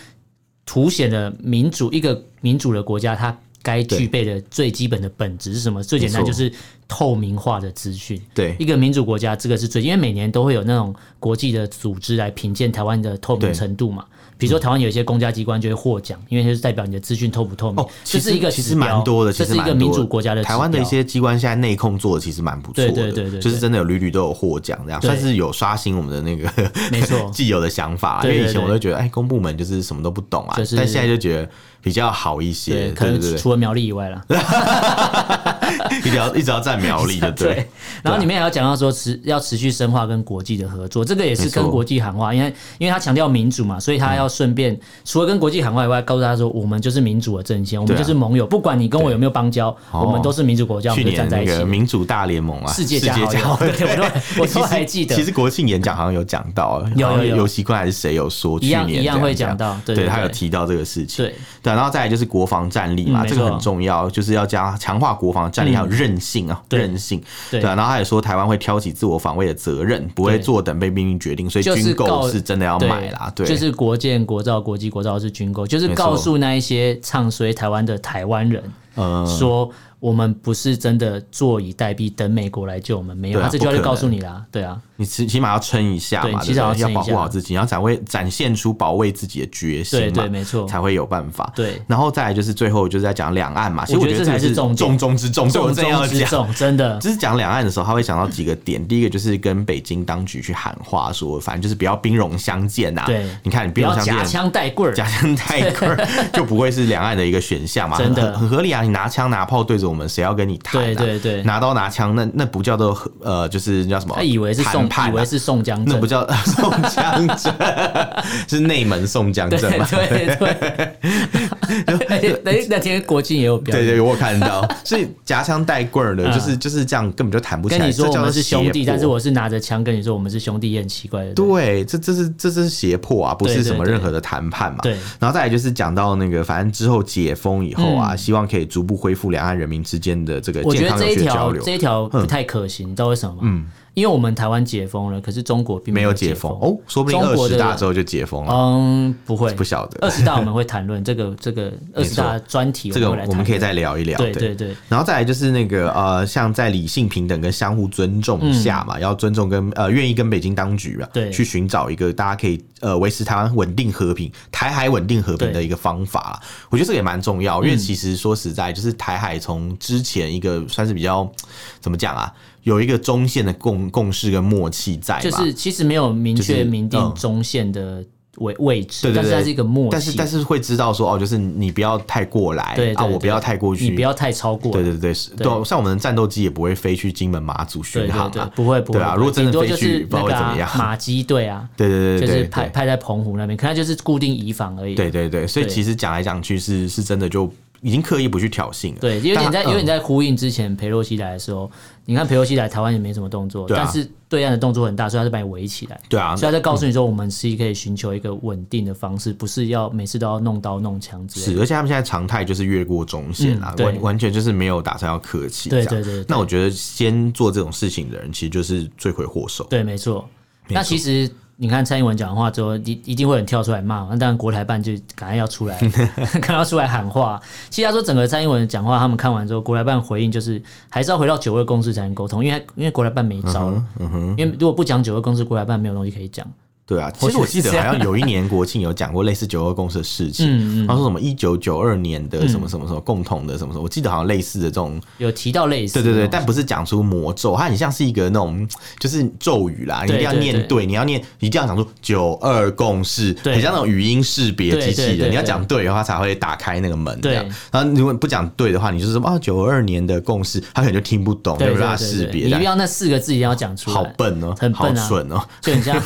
[SPEAKER 2] 凸显了民主一个民主的国家它该具备的最基本的本质是什么？最简单
[SPEAKER 1] 没错
[SPEAKER 2] 就是透明化的资讯。
[SPEAKER 1] 对
[SPEAKER 2] 一个民主国家，这个是最，因为每年都会有那种国际的组织来评鉴台湾的透
[SPEAKER 1] 对
[SPEAKER 2] 明程度
[SPEAKER 1] 嗯
[SPEAKER 2] 嘛。比如说，台湾有一些公家机关就会获奖，因为就是代表你的资讯透不透明。
[SPEAKER 1] 哦，其
[SPEAKER 2] 这
[SPEAKER 1] 实
[SPEAKER 2] 是一个
[SPEAKER 1] 其实
[SPEAKER 2] 指标
[SPEAKER 1] 蛮多的，其
[SPEAKER 2] 这
[SPEAKER 1] 实
[SPEAKER 2] 是一
[SPEAKER 1] 蛮
[SPEAKER 2] 个
[SPEAKER 1] 多
[SPEAKER 2] 民主国家的指标。
[SPEAKER 1] 台湾的一些机关现在内控做的其实蛮不错的，
[SPEAKER 2] 对对对对
[SPEAKER 1] 就是真的有屡屡都有获奖，这样
[SPEAKER 2] 对
[SPEAKER 1] 算是有刷新我们的那个
[SPEAKER 2] 没 错
[SPEAKER 1] 既有的想法啦。因
[SPEAKER 2] 对对
[SPEAKER 1] 为以前
[SPEAKER 2] 对
[SPEAKER 1] 我都觉得，哎，公部门就是什么都不懂啊，
[SPEAKER 2] 就是
[SPEAKER 1] 但现在就觉得比较好一些，
[SPEAKER 2] 对，可能
[SPEAKER 1] 对对对
[SPEAKER 2] 除了苗栗以外啦。
[SPEAKER 1] 一直要一直要站苗 栗的，对啊
[SPEAKER 2] 对。然后你们也要讲到说持要持续深化跟国际的合作，这个也是
[SPEAKER 1] 没错
[SPEAKER 2] 跟国际喊话，因为因为他强调民主嘛，所以他要顺便除了跟国际喊话以外，告诉他说我们就是民主的阵线，我们
[SPEAKER 1] 对啊
[SPEAKER 2] 就是盟友，不管你跟我有没有邦交，
[SPEAKER 1] 哦
[SPEAKER 2] 我们都是民主国家，我
[SPEAKER 1] 去
[SPEAKER 2] 们就
[SPEAKER 1] 年
[SPEAKER 2] 站在
[SPEAKER 1] 那
[SPEAKER 2] 一起
[SPEAKER 1] 个。民主大联盟啊，
[SPEAKER 2] 世界加好友，对 我 都我
[SPEAKER 1] 其
[SPEAKER 2] 都
[SPEAKER 1] 实
[SPEAKER 2] 还记得
[SPEAKER 1] 其。实国庆演讲好像有讲到，
[SPEAKER 2] 有
[SPEAKER 1] 好像
[SPEAKER 2] 有有
[SPEAKER 1] 尤习坤还是谁有说去
[SPEAKER 2] 一样
[SPEAKER 1] 年
[SPEAKER 2] 一样
[SPEAKER 1] 这
[SPEAKER 2] 会
[SPEAKER 1] 这
[SPEAKER 2] 讲到对
[SPEAKER 1] 对
[SPEAKER 2] 对
[SPEAKER 1] 他有
[SPEAKER 2] 对
[SPEAKER 1] 提到这个事情，啊
[SPEAKER 2] 对
[SPEAKER 1] 然后再来就是国防战力嘛，
[SPEAKER 2] 嗯没
[SPEAKER 1] 这个
[SPEAKER 2] 错嗯
[SPEAKER 1] 很重要，就是要加强化国防战力，还有韧性啊，
[SPEAKER 2] 对
[SPEAKER 1] 韧性。
[SPEAKER 2] 对
[SPEAKER 1] 对啊，然后他也说台湾会挑起自我防卫的责任，不会
[SPEAKER 2] 对
[SPEAKER 1] 坐等被命运决定，所以
[SPEAKER 2] 就是
[SPEAKER 1] 军
[SPEAKER 2] 告
[SPEAKER 1] 购是真的要买啦，对，
[SPEAKER 2] 就是国建、国造、国际、国造是军购，就是
[SPEAKER 1] 没错
[SPEAKER 2] 告诉那一些唱衰台湾的台湾人，
[SPEAKER 1] 嗯
[SPEAKER 2] 说我们不是真的坐以待毙，等美国来救我们，没有，
[SPEAKER 1] 对啊
[SPEAKER 2] 他这句话就
[SPEAKER 1] 不可
[SPEAKER 2] 告
[SPEAKER 1] 能
[SPEAKER 2] 诉你啦，对啊，
[SPEAKER 1] 你起起码要撑一下
[SPEAKER 2] 对
[SPEAKER 1] 嘛，
[SPEAKER 2] 起
[SPEAKER 1] 对
[SPEAKER 2] 码要
[SPEAKER 1] 不对？要
[SPEAKER 2] 撑一
[SPEAKER 1] 保护
[SPEAKER 2] 下
[SPEAKER 1] 好自己，然后才会展现出保卫自己的决心
[SPEAKER 2] 对
[SPEAKER 1] 嘛，
[SPEAKER 2] 对，没错，
[SPEAKER 1] 才会有办法。
[SPEAKER 2] 对
[SPEAKER 1] 然后再来就是最后就是在讲两岸嘛，其实
[SPEAKER 2] 我
[SPEAKER 1] 我
[SPEAKER 2] 觉
[SPEAKER 1] 觉
[SPEAKER 2] 得
[SPEAKER 1] 得
[SPEAKER 2] 这才
[SPEAKER 1] 个
[SPEAKER 2] 是
[SPEAKER 1] 是
[SPEAKER 2] 重点
[SPEAKER 1] 重中之重，所以我
[SPEAKER 2] 重
[SPEAKER 1] 真的要
[SPEAKER 2] 中之
[SPEAKER 1] 讲。
[SPEAKER 2] 重，真 的，
[SPEAKER 1] 就是讲两岸的时候，他会想到几个点。第一个就是跟北京当局去喊话说，反正就是不要兵戎相见呐、
[SPEAKER 2] 对
[SPEAKER 1] 你看你
[SPEAKER 2] 不
[SPEAKER 1] 兵戎
[SPEAKER 2] 要
[SPEAKER 1] 相见，
[SPEAKER 2] 夹枪带棍
[SPEAKER 1] 假
[SPEAKER 2] 儿，
[SPEAKER 1] 枪带 棍儿就不会是两岸的一个选项嘛，
[SPEAKER 2] 真的
[SPEAKER 1] 很很很合理啊！你拿枪拿炮对着我们，谁要跟你谈、啊？
[SPEAKER 2] 对对对
[SPEAKER 1] 拿刀拿枪，那那不叫做和呃，就是叫什么？
[SPEAKER 2] 他以为是
[SPEAKER 1] 谈
[SPEAKER 2] 宋，
[SPEAKER 1] 判啊
[SPEAKER 2] 以为是宋江
[SPEAKER 1] 那
[SPEAKER 2] 镇
[SPEAKER 1] 不，叫 宋江镇， 是内门宋江
[SPEAKER 2] 对
[SPEAKER 1] 镇嘛？
[SPEAKER 2] 对对，而 且那那天国庆也有表
[SPEAKER 1] 对
[SPEAKER 2] 演。
[SPEAKER 1] 对，我有看到，所以夹枪带棍儿的，
[SPEAKER 2] 嗯
[SPEAKER 1] 就是就是这样，根本就谈不起来。
[SPEAKER 2] 跟你说
[SPEAKER 1] 这
[SPEAKER 2] 我
[SPEAKER 1] 叫
[SPEAKER 2] 们
[SPEAKER 1] 做
[SPEAKER 2] 是兄弟，
[SPEAKER 1] 胁迫
[SPEAKER 2] 但是我是拿着枪跟你说我们是兄弟，也很奇怪的。
[SPEAKER 1] 对，这这是这是胁迫啊，不
[SPEAKER 2] 对
[SPEAKER 1] 是
[SPEAKER 2] 对
[SPEAKER 1] 什么
[SPEAKER 2] 对
[SPEAKER 1] 任何的谈判嘛。
[SPEAKER 2] 对
[SPEAKER 1] 然后再来就是讲到那个，反正之后解封以后啊，希望可以逐步恢复两岸人民之间的这个
[SPEAKER 2] 嗯我
[SPEAKER 1] 呃健
[SPEAKER 2] 觉得
[SPEAKER 1] 康有
[SPEAKER 2] 这一
[SPEAKER 1] 序的交
[SPEAKER 2] 条
[SPEAKER 1] 流嗯
[SPEAKER 2] 这。一条不太可行，你知道为什么吗？因为我们台湾解封了，可是中国并
[SPEAKER 1] 没有
[SPEAKER 2] 解
[SPEAKER 1] 解封哦，说不定
[SPEAKER 2] 中
[SPEAKER 1] 二
[SPEAKER 2] 国的
[SPEAKER 1] 十大之后就解封了，
[SPEAKER 2] 嗯，不会，
[SPEAKER 1] 不晓
[SPEAKER 2] 二
[SPEAKER 1] 得。
[SPEAKER 2] 十大我们会谈论这个这个二
[SPEAKER 1] 没
[SPEAKER 2] 十
[SPEAKER 1] 错
[SPEAKER 2] 大专题，
[SPEAKER 1] 这个
[SPEAKER 2] 们会来
[SPEAKER 1] 我们
[SPEAKER 2] 谈
[SPEAKER 1] 可以再聊一聊。
[SPEAKER 2] 对对对
[SPEAKER 1] 然后再来就是那个呃，像在理性、平等跟相互尊重下嘛，要尊重跟呃愿意跟北京当局啊，
[SPEAKER 2] 嗯对
[SPEAKER 1] 去寻找一个大家可以呃维持台湾稳定和平、台海稳定和平的
[SPEAKER 2] 对嗯
[SPEAKER 1] 一个方法啦。我觉得这个也蛮重要，因为其实说实在，就是台海从之前一个算是比较怎么讲啊，有一个中线的共共识跟默契在嘛，
[SPEAKER 2] 就是其实没有明确
[SPEAKER 1] 就是
[SPEAKER 2] 明定
[SPEAKER 1] 嗯
[SPEAKER 2] 中线的位位置，
[SPEAKER 1] 对对对
[SPEAKER 2] 但是它是一个默契，
[SPEAKER 1] 但是但是会知道说哦，就是你不要太过来
[SPEAKER 2] 对对
[SPEAKER 1] 啊，
[SPEAKER 2] 对
[SPEAKER 1] 我不要太过去，
[SPEAKER 2] 你不要太超过，
[SPEAKER 1] 对对对，是
[SPEAKER 2] 对
[SPEAKER 1] 对啊，像我们的战斗机也不会飞去金门、马祖
[SPEAKER 2] 对
[SPEAKER 1] 巡航
[SPEAKER 2] 对对
[SPEAKER 1] 啊，，
[SPEAKER 2] 不会不会，
[SPEAKER 1] 对啊
[SPEAKER 2] 不会
[SPEAKER 1] 如果真的
[SPEAKER 2] 顶多
[SPEAKER 1] 飞
[SPEAKER 2] 就
[SPEAKER 1] 去
[SPEAKER 2] 是
[SPEAKER 1] 不知
[SPEAKER 2] 那
[SPEAKER 1] 道
[SPEAKER 2] 个
[SPEAKER 1] 会怎么
[SPEAKER 2] 啊
[SPEAKER 1] 样
[SPEAKER 2] 马基队啊，
[SPEAKER 1] 对对 对
[SPEAKER 2] 就
[SPEAKER 1] 对，
[SPEAKER 2] 是
[SPEAKER 1] 对
[SPEAKER 2] 派派在澎湖那边，可它就是固定移防而已，
[SPEAKER 1] 对对对，所以
[SPEAKER 2] 对
[SPEAKER 1] 其实讲来讲去是是真的就已经刻意不去挑衅了。
[SPEAKER 2] 对，有点在
[SPEAKER 1] 但他
[SPEAKER 2] 有点在呼应之前裴洛西来的时候，你看裴洛西来台湾也没什么动作，
[SPEAKER 1] 对啊
[SPEAKER 2] 但是对岸的动作很大，所以他就把你围起来。
[SPEAKER 1] 对啊
[SPEAKER 2] 所以，他在告诉你说，我们是可以寻求一个稳定的方式，不是要每次都要弄刀弄枪之类
[SPEAKER 1] 是，
[SPEAKER 2] 的。
[SPEAKER 1] 而且他们现在常态就是越过中线啊
[SPEAKER 2] 嗯，对
[SPEAKER 1] 完完全就是没有打算要客气。
[SPEAKER 2] 对
[SPEAKER 1] 这样
[SPEAKER 2] 对对对
[SPEAKER 1] 那我觉得先做这种事情的人，其实就是罪魁祸首。
[SPEAKER 2] 对，没错。
[SPEAKER 1] 没
[SPEAKER 2] 那
[SPEAKER 1] 错
[SPEAKER 2] 其实你看蔡英文讲话之后，一一定会很跳出来骂嘛。那当然，国台办就赶快要出来， 赶快要出来喊话。其实他说整个蔡英文讲话，他们看完之后，国台办回应就是还是要回到九二共识才能沟通，因为因为国台办没招了。
[SPEAKER 1] 嗯
[SPEAKER 2] 因为如果不讲九二共识，国台办没有东西可以讲。
[SPEAKER 1] 对啊，其实我记得
[SPEAKER 2] 我觉得是
[SPEAKER 1] 好像有一年国庆有讲过类似九二共识的事
[SPEAKER 2] 嗯
[SPEAKER 1] 情，他说什么一九九二年的什么什么什么共同的什么什么，我记得好像类似的这种
[SPEAKER 2] 有提到类似
[SPEAKER 1] 对
[SPEAKER 2] 的
[SPEAKER 1] 对
[SPEAKER 2] 东西，
[SPEAKER 1] 对，但不是讲出魔咒，它很像是一个那种就是咒语啦，你一定要
[SPEAKER 2] 对对
[SPEAKER 1] 念
[SPEAKER 2] 对
[SPEAKER 1] 对，你要念，你一定要讲出九二共识，
[SPEAKER 2] 对
[SPEAKER 1] 很像那种语音识别
[SPEAKER 2] 对
[SPEAKER 1] 机
[SPEAKER 2] 对
[SPEAKER 1] 器
[SPEAKER 2] 对
[SPEAKER 1] 人，你要
[SPEAKER 2] 对
[SPEAKER 1] 讲对的话才会打开那个门这样
[SPEAKER 2] 对。
[SPEAKER 1] 然后如果不讲对的话，你就是什么啊九二年的共识，他可能就听不懂，
[SPEAKER 2] 对
[SPEAKER 1] 就
[SPEAKER 2] 对
[SPEAKER 1] 没
[SPEAKER 2] 对
[SPEAKER 1] 办法
[SPEAKER 2] 对
[SPEAKER 1] 识别
[SPEAKER 2] 对你一
[SPEAKER 1] 这样。
[SPEAKER 2] 定要那四个字一定要讲出来，
[SPEAKER 1] 好笨哦，
[SPEAKER 2] 很笨啊
[SPEAKER 1] 好蠢哦。
[SPEAKER 2] 就 很像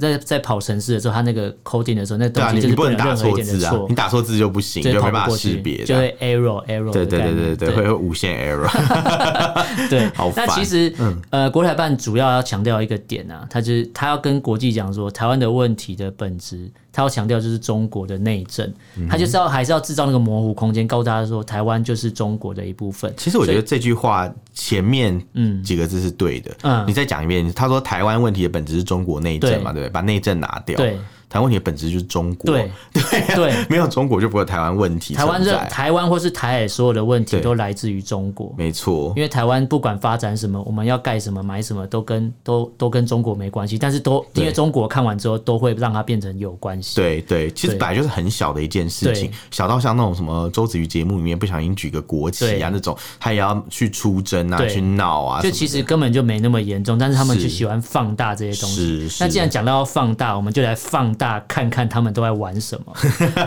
[SPEAKER 2] 在在跑城市的时候，他那个 coding 的时候，那
[SPEAKER 1] 对
[SPEAKER 2] 东
[SPEAKER 1] 啊，
[SPEAKER 2] 西
[SPEAKER 1] 你
[SPEAKER 2] 就
[SPEAKER 1] 你
[SPEAKER 2] 是
[SPEAKER 1] 不
[SPEAKER 2] 能
[SPEAKER 1] 能打
[SPEAKER 2] 有任何一
[SPEAKER 1] 错
[SPEAKER 2] 点的
[SPEAKER 1] 字啊，
[SPEAKER 2] 错
[SPEAKER 1] 你，打错字就不行，
[SPEAKER 2] 就
[SPEAKER 1] 就
[SPEAKER 2] 会
[SPEAKER 1] 没
[SPEAKER 2] 跑
[SPEAKER 1] 办
[SPEAKER 2] 不
[SPEAKER 1] 法
[SPEAKER 2] 过
[SPEAKER 1] 识
[SPEAKER 2] 去，
[SPEAKER 1] 别这
[SPEAKER 2] 就
[SPEAKER 1] 样。
[SPEAKER 2] 会 error error
[SPEAKER 1] 对
[SPEAKER 2] 的
[SPEAKER 1] 对
[SPEAKER 2] 概
[SPEAKER 1] 对
[SPEAKER 2] 念。
[SPEAKER 1] 对对，会有无限 error。
[SPEAKER 2] 对，
[SPEAKER 1] 好
[SPEAKER 2] 那
[SPEAKER 1] 烦嗯
[SPEAKER 2] 其实呃，国台办主要要强调一个点啊，他就是他要跟国际讲说，台湾的问题的本质，他要强调就是中国的内政，
[SPEAKER 1] 嗯
[SPEAKER 2] 他就是要还是要制造那个模糊空间，告诉大家说，台湾就是中国的一部分。
[SPEAKER 1] 其实我觉
[SPEAKER 2] 所
[SPEAKER 1] 得
[SPEAKER 2] 以
[SPEAKER 1] 这句话前面几个字是对的，
[SPEAKER 2] 嗯
[SPEAKER 1] 你再讲一遍。他说台湾问题的本质是中国内政嘛，对不对？把内政拿掉，
[SPEAKER 2] 对
[SPEAKER 1] 台湾问题的本质就是中国，
[SPEAKER 2] 对
[SPEAKER 1] 对
[SPEAKER 2] 对
[SPEAKER 1] 啊没有中国就不会有台湾问题
[SPEAKER 2] 台湾
[SPEAKER 1] 存
[SPEAKER 2] 这
[SPEAKER 1] 在，
[SPEAKER 2] 台湾或是台海所有的问题
[SPEAKER 1] 对
[SPEAKER 2] 都来自于中国。
[SPEAKER 1] 没错
[SPEAKER 2] 因，为台湾不管发展什么，我们要盖什么、买什么，都跟都都跟中国没关系。但是都因
[SPEAKER 1] 对
[SPEAKER 2] 为中国看完之后，都会让它变成有关系。
[SPEAKER 1] 对对，其实
[SPEAKER 2] 对
[SPEAKER 1] 本来就是很小的一件事情
[SPEAKER 2] 对，
[SPEAKER 1] 小到像那种什么周子瑜节目里面不小心举个国旗
[SPEAKER 2] 对
[SPEAKER 1] 啊那种，他也要去出征啊，
[SPEAKER 2] 对
[SPEAKER 1] 去闹啊，
[SPEAKER 2] 就
[SPEAKER 1] 什么
[SPEAKER 2] 其实根本就没那么严重，但是他们就是喜欢放大这些东西。
[SPEAKER 1] 是是
[SPEAKER 2] 那既然讲到要放大，我们就来放大看看他们都在玩什 么。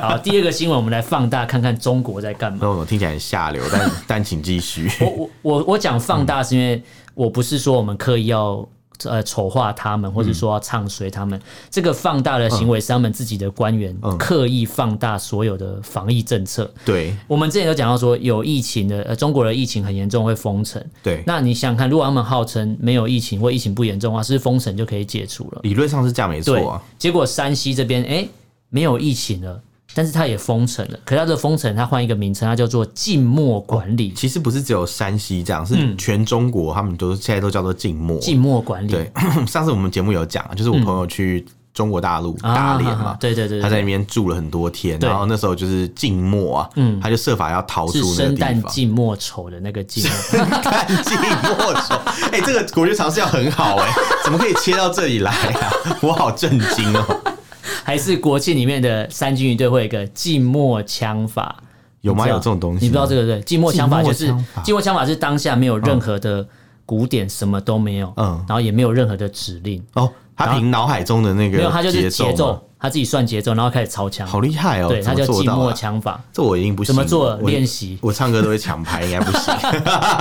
[SPEAKER 2] 好，第二个新闻我们来放大看看中国在干嘛。
[SPEAKER 1] 那我听起来很下流， 但但请继续。
[SPEAKER 2] 我我我我讲放大是因为我不是说我们刻意要呃丑化他们，或者说要唱衰他们。这个放大的行为是他们自己的官员
[SPEAKER 1] 嗯
[SPEAKER 2] 刻意放大所有的防疫政策。
[SPEAKER 1] 对
[SPEAKER 2] 我们之前有讲到说，有疫情的，呃，中国的疫情很严重，会封城。
[SPEAKER 1] 对，
[SPEAKER 2] 那你想想看，如果他们号称没有疫情或疫情不严重的话，是不是封城就可以解除了？
[SPEAKER 1] 理论上是这样没
[SPEAKER 2] 对
[SPEAKER 1] 错啊。，
[SPEAKER 2] 结果山西这边哎、诶没有疫情了，但是它也封城了。可是它这个封城，它换一个名称，它叫做静默管理。
[SPEAKER 1] 其实不是只有山西这样，是全中国，他们都现在都叫做静默。
[SPEAKER 2] 嗯静默管理，
[SPEAKER 1] 对， 上次我们节目有讲啊，就是我朋友去中国大陆
[SPEAKER 2] 啊，
[SPEAKER 1] 大连
[SPEAKER 2] 啊
[SPEAKER 1] 嘛
[SPEAKER 2] 啊，对对对，对
[SPEAKER 1] 他在那边住了很多天，
[SPEAKER 2] 对嗯
[SPEAKER 1] 然后那时候就是静默啊，他就设法要逃出
[SPEAKER 2] 是
[SPEAKER 1] 那个
[SPEAKER 2] 生
[SPEAKER 1] 地
[SPEAKER 2] 旦
[SPEAKER 1] 方。
[SPEAKER 2] 净末丑的那个静默。
[SPEAKER 1] 看 静默说：“ 哎、这个国学常识要很好 哎、怎么可以切到这里来啊？ 我好震惊哦、
[SPEAKER 2] 还是国庆里面的三军一队会有一个静默枪法。
[SPEAKER 1] 有吗
[SPEAKER 2] 你知道
[SPEAKER 1] 有这种东西吗
[SPEAKER 2] 你不知道这个对？静默枪法就是
[SPEAKER 1] 静默枪法
[SPEAKER 2] 静默枪法是当下没有任何的鼓点，什么都没有，
[SPEAKER 1] 嗯
[SPEAKER 2] 然后也没有任何的指令，
[SPEAKER 1] 哦，他凭脑海中的那个
[SPEAKER 2] 没有，他就是
[SPEAKER 1] 节
[SPEAKER 2] 节
[SPEAKER 1] 奏，
[SPEAKER 2] 奏，他自己算节奏，然后开始操枪。
[SPEAKER 1] 好厉害哦、
[SPEAKER 2] 对，他
[SPEAKER 1] 怎么
[SPEAKER 2] 叫
[SPEAKER 1] 做
[SPEAKER 2] 静
[SPEAKER 1] 到
[SPEAKER 2] 默
[SPEAKER 1] 啊？
[SPEAKER 2] 枪法。
[SPEAKER 1] 这我一定不行。
[SPEAKER 2] 怎么做
[SPEAKER 1] 我
[SPEAKER 2] 练习
[SPEAKER 1] 我唱歌都会抢拍，应该不行。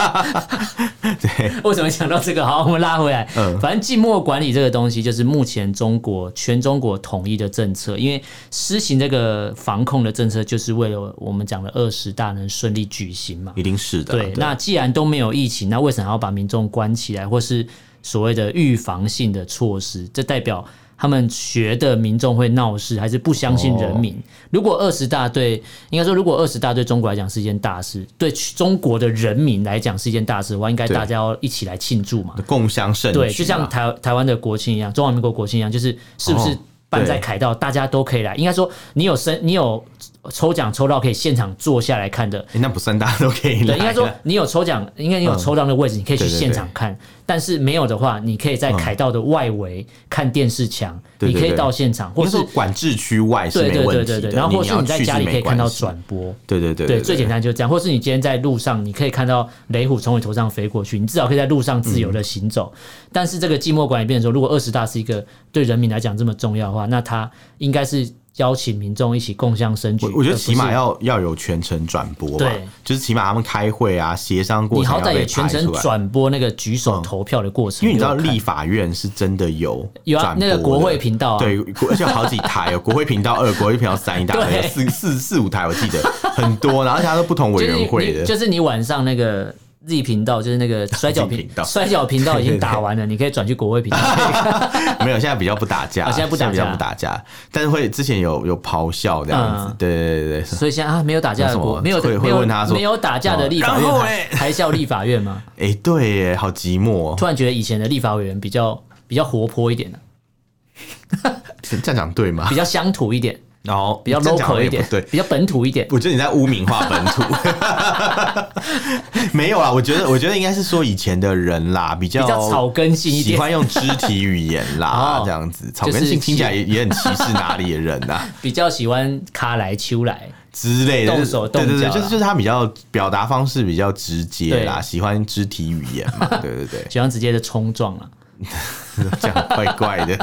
[SPEAKER 1] 对，
[SPEAKER 2] 为什么讲到这个？好，我们拉回来。
[SPEAKER 1] 嗯
[SPEAKER 2] 反正静默管理这个东西，就是目前中国全中国统一的政策，因为施行这个防控的政策，就是为了我们讲的二十大能顺利举行嘛。
[SPEAKER 1] 一定是的啊。
[SPEAKER 2] 对，那既然都没有疫情，那为什么还要把民众关起来，或是所谓的预防性的措施？这代表他们觉得民众会闹事，还是不相信人
[SPEAKER 1] 哦
[SPEAKER 2] 民？如果二十大对，应该说，如果二十大对中国来讲是一件大事，对中国的人民来讲是一件大事的话，应该
[SPEAKER 1] 对
[SPEAKER 2] 大家要一起来庆祝嘛？
[SPEAKER 1] 共襄盛举啊、
[SPEAKER 2] 对，就像台台湾的国庆一样，中华民国国庆一样，就是是不是
[SPEAKER 1] 哦
[SPEAKER 2] 办在
[SPEAKER 1] 对
[SPEAKER 2] 凯道，大家都可以来？应该说，你有申，你有抽奖抽到可以现场坐下来看的，
[SPEAKER 1] 诶那不算大家都可以来
[SPEAKER 2] 对，
[SPEAKER 1] 啊。
[SPEAKER 2] 应该说你有抽奖，应该你有抽到那个位置，你可以去
[SPEAKER 1] 嗯对对
[SPEAKER 2] 现场看。但是没有的话，你可以在凯道的外围看电视墙，
[SPEAKER 1] 对对对
[SPEAKER 2] 你可以到现场，
[SPEAKER 1] 应
[SPEAKER 2] 或
[SPEAKER 1] 该
[SPEAKER 2] 是
[SPEAKER 1] 说管制区外是
[SPEAKER 2] 对
[SPEAKER 1] 没
[SPEAKER 2] 对
[SPEAKER 1] 问
[SPEAKER 2] 对
[SPEAKER 1] 题的，
[SPEAKER 2] 对对，然后或是
[SPEAKER 1] 要
[SPEAKER 2] 你在
[SPEAKER 1] 去
[SPEAKER 2] 家
[SPEAKER 1] 是
[SPEAKER 2] 里
[SPEAKER 1] 没
[SPEAKER 2] 可以看到
[SPEAKER 1] 关系。
[SPEAKER 2] 转播。
[SPEAKER 1] 对对对
[SPEAKER 2] 对，最简单就是这样，或是你今天在路上，你可以看到雷虎从你头上飞过去，你至少可以在路上自由的行走。
[SPEAKER 1] 嗯
[SPEAKER 2] 但是这个寂寞管理变成说，如果二十大是一个对人民来讲这么重要的话，那它应该是邀请民众一起共襄盛举。
[SPEAKER 1] 我我觉得
[SPEAKER 2] 而不是
[SPEAKER 1] 起码要要有全程转播吧
[SPEAKER 2] 对，
[SPEAKER 1] 就是起码他们开会啊，协商过
[SPEAKER 2] 你
[SPEAKER 1] 程
[SPEAKER 2] 好
[SPEAKER 1] 要
[SPEAKER 2] 歹
[SPEAKER 1] 被
[SPEAKER 2] 也全
[SPEAKER 1] 拍
[SPEAKER 2] 程
[SPEAKER 1] 出来。
[SPEAKER 2] 转播那个举手
[SPEAKER 1] 嗯
[SPEAKER 2] 投票的过
[SPEAKER 1] 因
[SPEAKER 2] 程，
[SPEAKER 1] 为你知道
[SPEAKER 2] 给我看
[SPEAKER 1] 立法院是真的有
[SPEAKER 2] 有啊
[SPEAKER 1] 转，播
[SPEAKER 2] 那
[SPEAKER 1] 的
[SPEAKER 2] 个国会频道啊，
[SPEAKER 1] 对，国而且有好几台 哦，国会频道二、国会频道三一大堆，
[SPEAKER 2] 对
[SPEAKER 1] 有四四四五台我记得很多，然后它都不同委
[SPEAKER 2] 就是
[SPEAKER 1] 员会
[SPEAKER 2] 你
[SPEAKER 1] 的。
[SPEAKER 2] 就是你晚上那个 Z 频道，就是 那个摔跤
[SPEAKER 1] Z
[SPEAKER 2] 频
[SPEAKER 1] 频道
[SPEAKER 2] 摔跤频道已经打完了，你可以转去国会频道。
[SPEAKER 1] 没有，现在比较不打架，
[SPEAKER 2] 啊现在不打架
[SPEAKER 1] 比较不打架，但是会之前有有咆哮这样子
[SPEAKER 2] 嗯，
[SPEAKER 1] 对对 对对。
[SPEAKER 2] 所以现在啊，没有打架的国，没
[SPEAKER 1] 那
[SPEAKER 2] 有
[SPEAKER 1] 什么会
[SPEAKER 2] 没有
[SPEAKER 1] 会问他说
[SPEAKER 2] 没有打架的立法
[SPEAKER 1] 然后
[SPEAKER 2] 院
[SPEAKER 1] 欸
[SPEAKER 2] 还还叫立法院吗？
[SPEAKER 1] 哎，对耶，好寂寞哦，
[SPEAKER 2] 突然觉得以前的立法委员比较比较活泼一点的，
[SPEAKER 1] 这样讲对吗
[SPEAKER 2] 比？较乡土一点，
[SPEAKER 1] 然后
[SPEAKER 2] 比较 local 一点，
[SPEAKER 1] 对，
[SPEAKER 2] 比较本土一点。
[SPEAKER 1] 我觉得你在污名化本土， 没有啦，啊我觉得我觉得应该是说以前的人啦，比较
[SPEAKER 2] 比较草根性一点
[SPEAKER 1] 喜欢用肢体语言啦
[SPEAKER 2] 哦，
[SPEAKER 1] 这样子，草根性听起来也也很歧视哪里的人呐、
[SPEAKER 2] 比较喜欢卡来秋来，
[SPEAKER 1] 之类的，
[SPEAKER 2] 动
[SPEAKER 1] 就是
[SPEAKER 2] 手
[SPEAKER 1] 对对
[SPEAKER 2] 动
[SPEAKER 1] 对，
[SPEAKER 2] 脚啦
[SPEAKER 1] 就是就是他比较表达方式比较直接啦，
[SPEAKER 2] 对
[SPEAKER 1] 喜欢肢体语言嘛，对对对，
[SPEAKER 2] 喜欢直接的冲撞啊。
[SPEAKER 1] 这样怪怪的，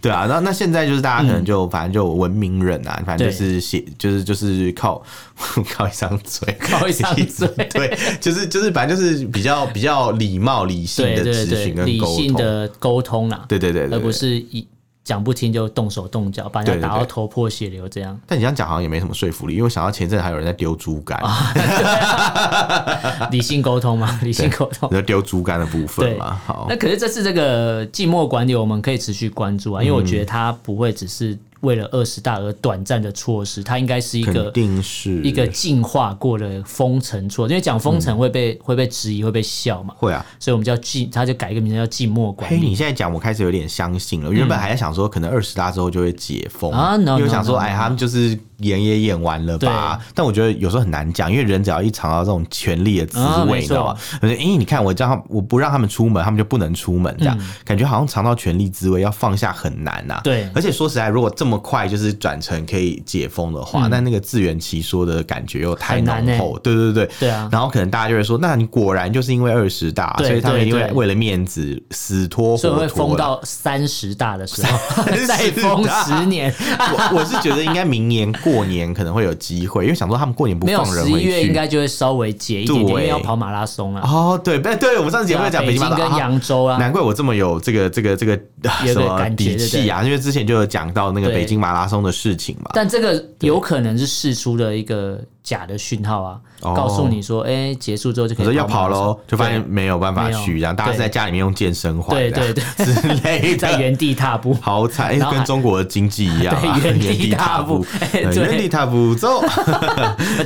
[SPEAKER 1] 对啊，那那现在就是大家可能就、反正就文明人啊，反正
[SPEAKER 2] 对
[SPEAKER 1] 就是写就是就是靠 靠一张嘴，
[SPEAKER 2] 靠一张嘴
[SPEAKER 1] 对，就是就是反正就是比较比较礼貌理性
[SPEAKER 2] 对
[SPEAKER 1] 的
[SPEAKER 2] 对
[SPEAKER 1] 咨
[SPEAKER 2] 对
[SPEAKER 1] 询，跟
[SPEAKER 2] 理
[SPEAKER 1] 沟
[SPEAKER 2] 性
[SPEAKER 1] 通，
[SPEAKER 2] 的沟通啊啦。
[SPEAKER 1] 对对对对对，
[SPEAKER 2] 而不是一讲不听就动手动脚，把人
[SPEAKER 1] 对对
[SPEAKER 2] 家打到
[SPEAKER 1] 对
[SPEAKER 2] 头破血流这样。
[SPEAKER 1] 但你这样讲好像也没什么说服力，因为我想到前阵子还有人在丢猪 肝，
[SPEAKER 2] 啊
[SPEAKER 1] 啊
[SPEAKER 2] 理性沟通嘛，理性沟通。
[SPEAKER 1] 在丢猪肝的部分
[SPEAKER 2] 对
[SPEAKER 1] 嘛，好
[SPEAKER 2] 那，可是这次这个寂寞管理，我们可以持续关注啊，因为
[SPEAKER 1] 嗯
[SPEAKER 2] 我觉得它不会只是为了二十大而短暂的措施，它应该是一
[SPEAKER 1] 肯
[SPEAKER 2] 个
[SPEAKER 1] 定是嗯
[SPEAKER 2] 一个进化过的封城措施。因为讲封城会被、会被质疑，会被笑嘛，
[SPEAKER 1] 会啊，
[SPEAKER 2] 所以我们叫寂，它就改一个名字叫寂寞管
[SPEAKER 1] 嘿，
[SPEAKER 2] 理。
[SPEAKER 1] 你现在讲，我开始有点相信了。原本还在想说，可能二十大之后就会解封
[SPEAKER 2] 嗯啊，no，
[SPEAKER 1] 因为
[SPEAKER 2] no，
[SPEAKER 1] 想说，
[SPEAKER 2] no，
[SPEAKER 1] 哎，
[SPEAKER 2] no，
[SPEAKER 1] 他们就是演也演完了吧？但我觉得有时候很难讲，因为人只要一尝到这种权力的滋
[SPEAKER 2] 啊
[SPEAKER 1] 味，
[SPEAKER 2] 没
[SPEAKER 1] 你知道吗
[SPEAKER 2] 错？
[SPEAKER 1] 而且，哎，你看我这样，我不让他们出门，他们就不能出门，这样、感觉好像尝到权力滋味，要放下很难呐、
[SPEAKER 2] 嗯对
[SPEAKER 1] 而且说实在，如果这么快就是转成可以解封的
[SPEAKER 2] 嗯
[SPEAKER 1] 话，那那个自圆其说的感觉又太
[SPEAKER 2] 很
[SPEAKER 1] 浓
[SPEAKER 2] 难欸
[SPEAKER 1] 厚。对对对，
[SPEAKER 2] 对啊
[SPEAKER 1] 然后可能大家就会说，那你果然就是因为二十大，
[SPEAKER 2] 对
[SPEAKER 1] 所以他们
[SPEAKER 2] 对
[SPEAKER 1] 因为
[SPEAKER 2] 对
[SPEAKER 1] 为了面子死拖活
[SPEAKER 2] 所以
[SPEAKER 1] 拖
[SPEAKER 2] 会封
[SPEAKER 1] 啦
[SPEAKER 2] 到三十大的时候
[SPEAKER 1] 30，大
[SPEAKER 2] 再封十年。
[SPEAKER 1] 我我是觉得应该明年过年可能会有机会，因为想说他们过年不
[SPEAKER 2] 没有
[SPEAKER 1] 放人
[SPEAKER 2] 十
[SPEAKER 1] 回
[SPEAKER 2] 一月应
[SPEAKER 1] 去。
[SPEAKER 2] 该就会稍微解一点点，因
[SPEAKER 1] 对
[SPEAKER 2] 为要跑马拉松啊。
[SPEAKER 1] 哦，对，对，对，我们上次节目有讲
[SPEAKER 2] 对啊北
[SPEAKER 1] 京马拉
[SPEAKER 2] 京跟
[SPEAKER 1] 松啊
[SPEAKER 2] 扬州啊，
[SPEAKER 1] 难怪我这么有这个这个这个啊
[SPEAKER 2] 有
[SPEAKER 1] 什
[SPEAKER 2] 个
[SPEAKER 1] 么
[SPEAKER 2] 感觉
[SPEAKER 1] 底气啊，因为之前就有讲到那个
[SPEAKER 2] 对
[SPEAKER 1] 北京马拉松的事情嘛。
[SPEAKER 2] 但这个有可能是试出的一个假的讯号啊，
[SPEAKER 1] 哦
[SPEAKER 2] 告诉你说，哎、结束之后就
[SPEAKER 1] 我
[SPEAKER 2] 可以
[SPEAKER 1] 说要跑
[SPEAKER 2] 跑马拉松
[SPEAKER 1] 喽，就发现没有办法
[SPEAKER 2] 没有
[SPEAKER 1] 去，然后大家是
[SPEAKER 2] 对
[SPEAKER 1] 在家里面用健身环
[SPEAKER 2] 对
[SPEAKER 1] 这样
[SPEAKER 2] 对
[SPEAKER 1] 之类
[SPEAKER 2] 对 在
[SPEAKER 1] 的，
[SPEAKER 2] 原地踏 步。
[SPEAKER 1] 好惨，哎
[SPEAKER 2] 然后还
[SPEAKER 1] 跟中国的经济一样啊，
[SPEAKER 2] 对原地
[SPEAKER 1] 踏
[SPEAKER 2] 踏步哎
[SPEAKER 1] 对
[SPEAKER 2] 对
[SPEAKER 1] 原地踏步走。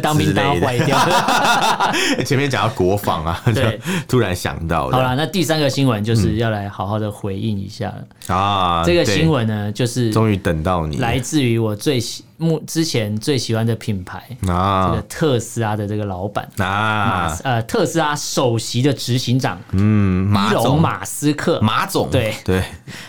[SPEAKER 2] 当兵当到坏掉。
[SPEAKER 1] 前面讲到国防啊，就
[SPEAKER 2] 对
[SPEAKER 1] 突然想到
[SPEAKER 2] 好
[SPEAKER 1] 的
[SPEAKER 2] 啦，那第三个新闻
[SPEAKER 1] 嗯
[SPEAKER 2] 就是要来好好的回应一下了。
[SPEAKER 1] 啊，
[SPEAKER 2] 这个
[SPEAKER 1] 对
[SPEAKER 2] 新闻呢，就是
[SPEAKER 1] 终于等到你
[SPEAKER 2] 来自于我最喜目之前最喜欢的品牌，这个
[SPEAKER 1] 啊
[SPEAKER 2] 特斯拉的这个老板。马
[SPEAKER 1] 啊
[SPEAKER 2] 斯，呃，特斯拉首席的执行长
[SPEAKER 1] 嗯，马
[SPEAKER 2] 伊隆
[SPEAKER 1] 总
[SPEAKER 2] 马斯克，
[SPEAKER 1] 马总
[SPEAKER 2] 对
[SPEAKER 1] 对，